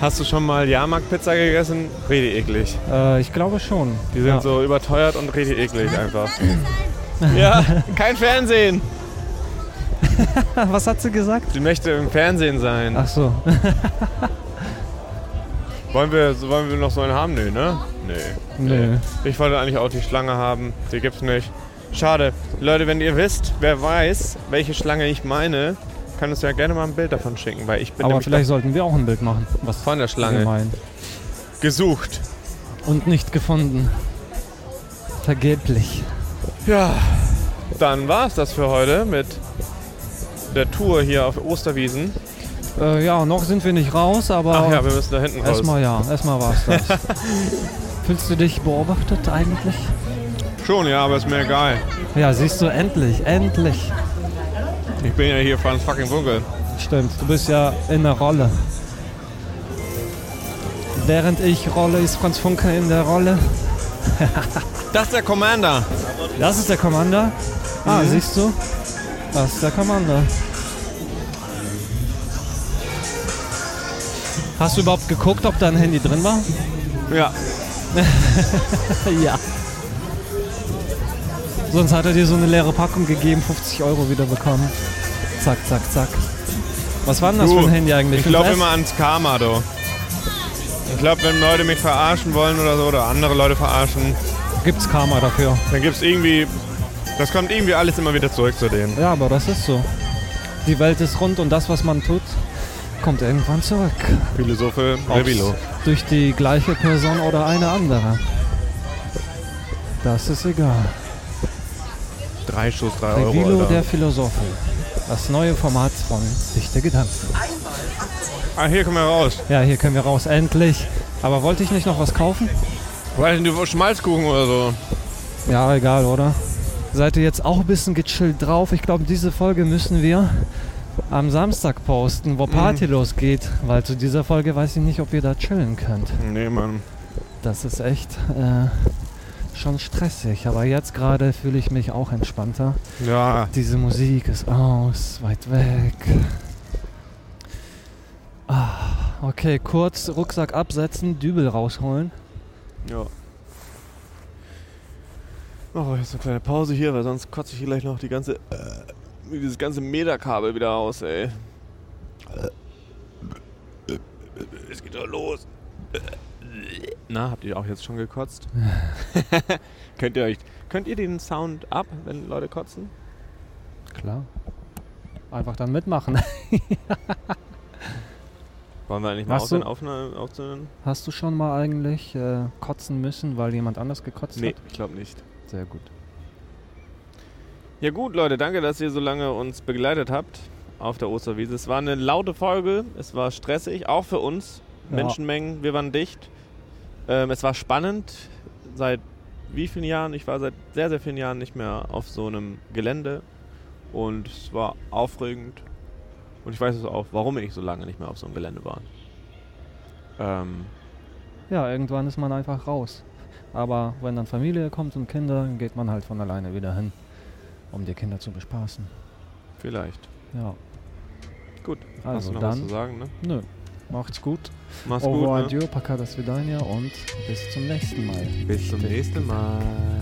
Speaker 3: Hast du schon mal Jahrmarktpizza gegessen? Rede eklig.
Speaker 2: Äh, ich glaube schon.
Speaker 3: Die sind
Speaker 2: ja.
Speaker 3: so überteuert und rede eklig einfach. ja, kein Fernsehen.
Speaker 2: Was hat sie gesagt?
Speaker 3: Sie möchte im Fernsehen sein.
Speaker 2: Ach so.
Speaker 3: Wollen wir, so- wollen wir noch so einen haben? Nee, ne? Nee.
Speaker 2: Nö.
Speaker 3: Ich wollte eigentlich auch die Schlange haben. Die gibt's nicht. Schade. Leute, wenn ihr wisst, wer weiß, welche Schlange ich meine, kann uns ja gerne mal ein Bild davon schicken, weil ich bin
Speaker 2: Aber
Speaker 3: nämlich
Speaker 2: vielleicht sollten wir auch ein Bild machen. Was
Speaker 3: von der
Speaker 2: wir
Speaker 3: Schlange
Speaker 2: meinen.
Speaker 3: gesucht.
Speaker 2: Und nicht gefunden. Vergeblich.
Speaker 3: Ja, dann war's das für heute mit der Tour hier auf Osterwiesen.
Speaker 2: Äh, ja, noch sind wir nicht raus, aber
Speaker 3: Ach ja, wir müssen da hinten raus.
Speaker 2: erstmal ja, erstmal war es das. Fühlst du dich beobachtet eigentlich?
Speaker 3: Schon, ja, aber ist mir egal.
Speaker 2: Ja, siehst du, endlich, endlich.
Speaker 3: Ich bin ja hier Franz fucking Vogel.
Speaker 2: Stimmt, du bist ja in der Rolle. Während ich rolle, ist Franz Funke in der Rolle.
Speaker 3: Das ist der Commander.
Speaker 2: Das ist der Commander. Ah,
Speaker 3: Mhm.
Speaker 2: siehst du? Das ist der Commander. Hast du überhaupt geguckt, ob dein Handy drin war?
Speaker 3: Ja.
Speaker 2: Ja. Sonst hat er dir so eine leere Packung gegeben, 50 Euro wieder bekommen. Zack, zack, zack. Was war denn das
Speaker 3: Du,
Speaker 2: für ein Handy eigentlich?
Speaker 3: Ich glaube
Speaker 2: 5S?
Speaker 3: immer ans Karma, du. Ich glaube, wenn Leute mich verarschen wollen oder so, oder andere Leute verarschen,
Speaker 2: Gibt's Karma dafür.
Speaker 3: dann gibt's irgendwie... Das kommt irgendwie alles immer wieder zurück zu denen.
Speaker 2: Ja, aber das ist so. Die Welt ist rund und das, was man tut, kommt irgendwann zurück.
Speaker 3: Philosophe
Speaker 2: Ob's
Speaker 3: Revilo.
Speaker 2: Durch die gleiche Person oder eine andere. Das ist egal.
Speaker 3: Drei Schuss, drei
Speaker 2: Revilo,
Speaker 3: Euro,
Speaker 2: der
Speaker 3: Alter.
Speaker 2: Philosophe. Das neue Format von Dichte Gedanken.
Speaker 3: Ah, hier kommen wir raus.
Speaker 2: Ja, hier können wir raus, endlich. Aber wollte ich nicht noch was kaufen?
Speaker 3: Weiß nicht, du Schmalzkuchen oder so.
Speaker 2: Ja, egal, oder? Seid ihr jetzt auch ein bisschen gechillt drauf? Ich glaube, diese Folge müssen wir am Samstag posten, wo Party
Speaker 3: Mhm.
Speaker 2: losgeht. Weil zu dieser Folge weiß ich nicht, ob ihr da chillen könnt.
Speaker 3: Nee, Mann.
Speaker 2: Das ist echt äh, schon stressig. Aber jetzt gerade fühle ich mich auch entspannter.
Speaker 3: Ja.
Speaker 2: Diese Musik ist aus, weit weg. Ah, okay, kurz Rucksack absetzen, Dübel rausholen.
Speaker 3: Ja. Machen wir jetzt eine kleine Pause hier, weil sonst kotze ich hier gleich noch die ganze. Äh, dieses ganze Meterkabel wieder aus, ey. Es geht doch los. Na, habt ihr auch jetzt schon gekotzt? könnt ihr euch. Könnt ihr den Sound ab, wenn Leute kotzen?
Speaker 2: Klar. Einfach dann mitmachen.
Speaker 3: Wollen wir eigentlich mal
Speaker 2: Machst du-
Speaker 3: aufhören, aufzunehmen? aufzunehmen?
Speaker 2: Hast du schon mal eigentlich äh, kotzen müssen, weil jemand anders gekotzt
Speaker 3: Nee,
Speaker 2: hat?
Speaker 3: ich glaube nicht.
Speaker 2: Sehr gut.
Speaker 3: Ja gut, Leute, danke, dass ihr so lange uns begleitet habt auf der Osterwiese. Es war eine laute Folge, es war stressig, auch für uns.
Speaker 2: Ja.
Speaker 3: Menschenmengen, wir waren dicht. Ähm, es war spannend. Seit wie vielen Jahren? Ich war seit sehr, sehr vielen Jahren nicht mehr auf so einem Gelände. Und es war aufregend. Und ich weiß es auch, warum ich so lange nicht mehr auf so einem Gelände war. Ähm,
Speaker 2: Ja, irgendwann ist man einfach raus. Aber wenn dann Familie kommt und Kinder, geht man halt von alleine wieder hin, um die Kinder zu bespaßen.
Speaker 3: vielleicht.
Speaker 2: Ja,
Speaker 3: Gut, hast
Speaker 2: also
Speaker 3: du noch was zu
Speaker 2: dann,
Speaker 3: sagen? Ne?
Speaker 2: nö. Macht's gut.
Speaker 3: Mach's
Speaker 2: Au revoir,
Speaker 3: gut. Ne?
Speaker 2: adieu, Pacata Svidania und bis zum nächsten Mal.
Speaker 3: Bis zum
Speaker 2: Dichte
Speaker 3: nächsten Mal.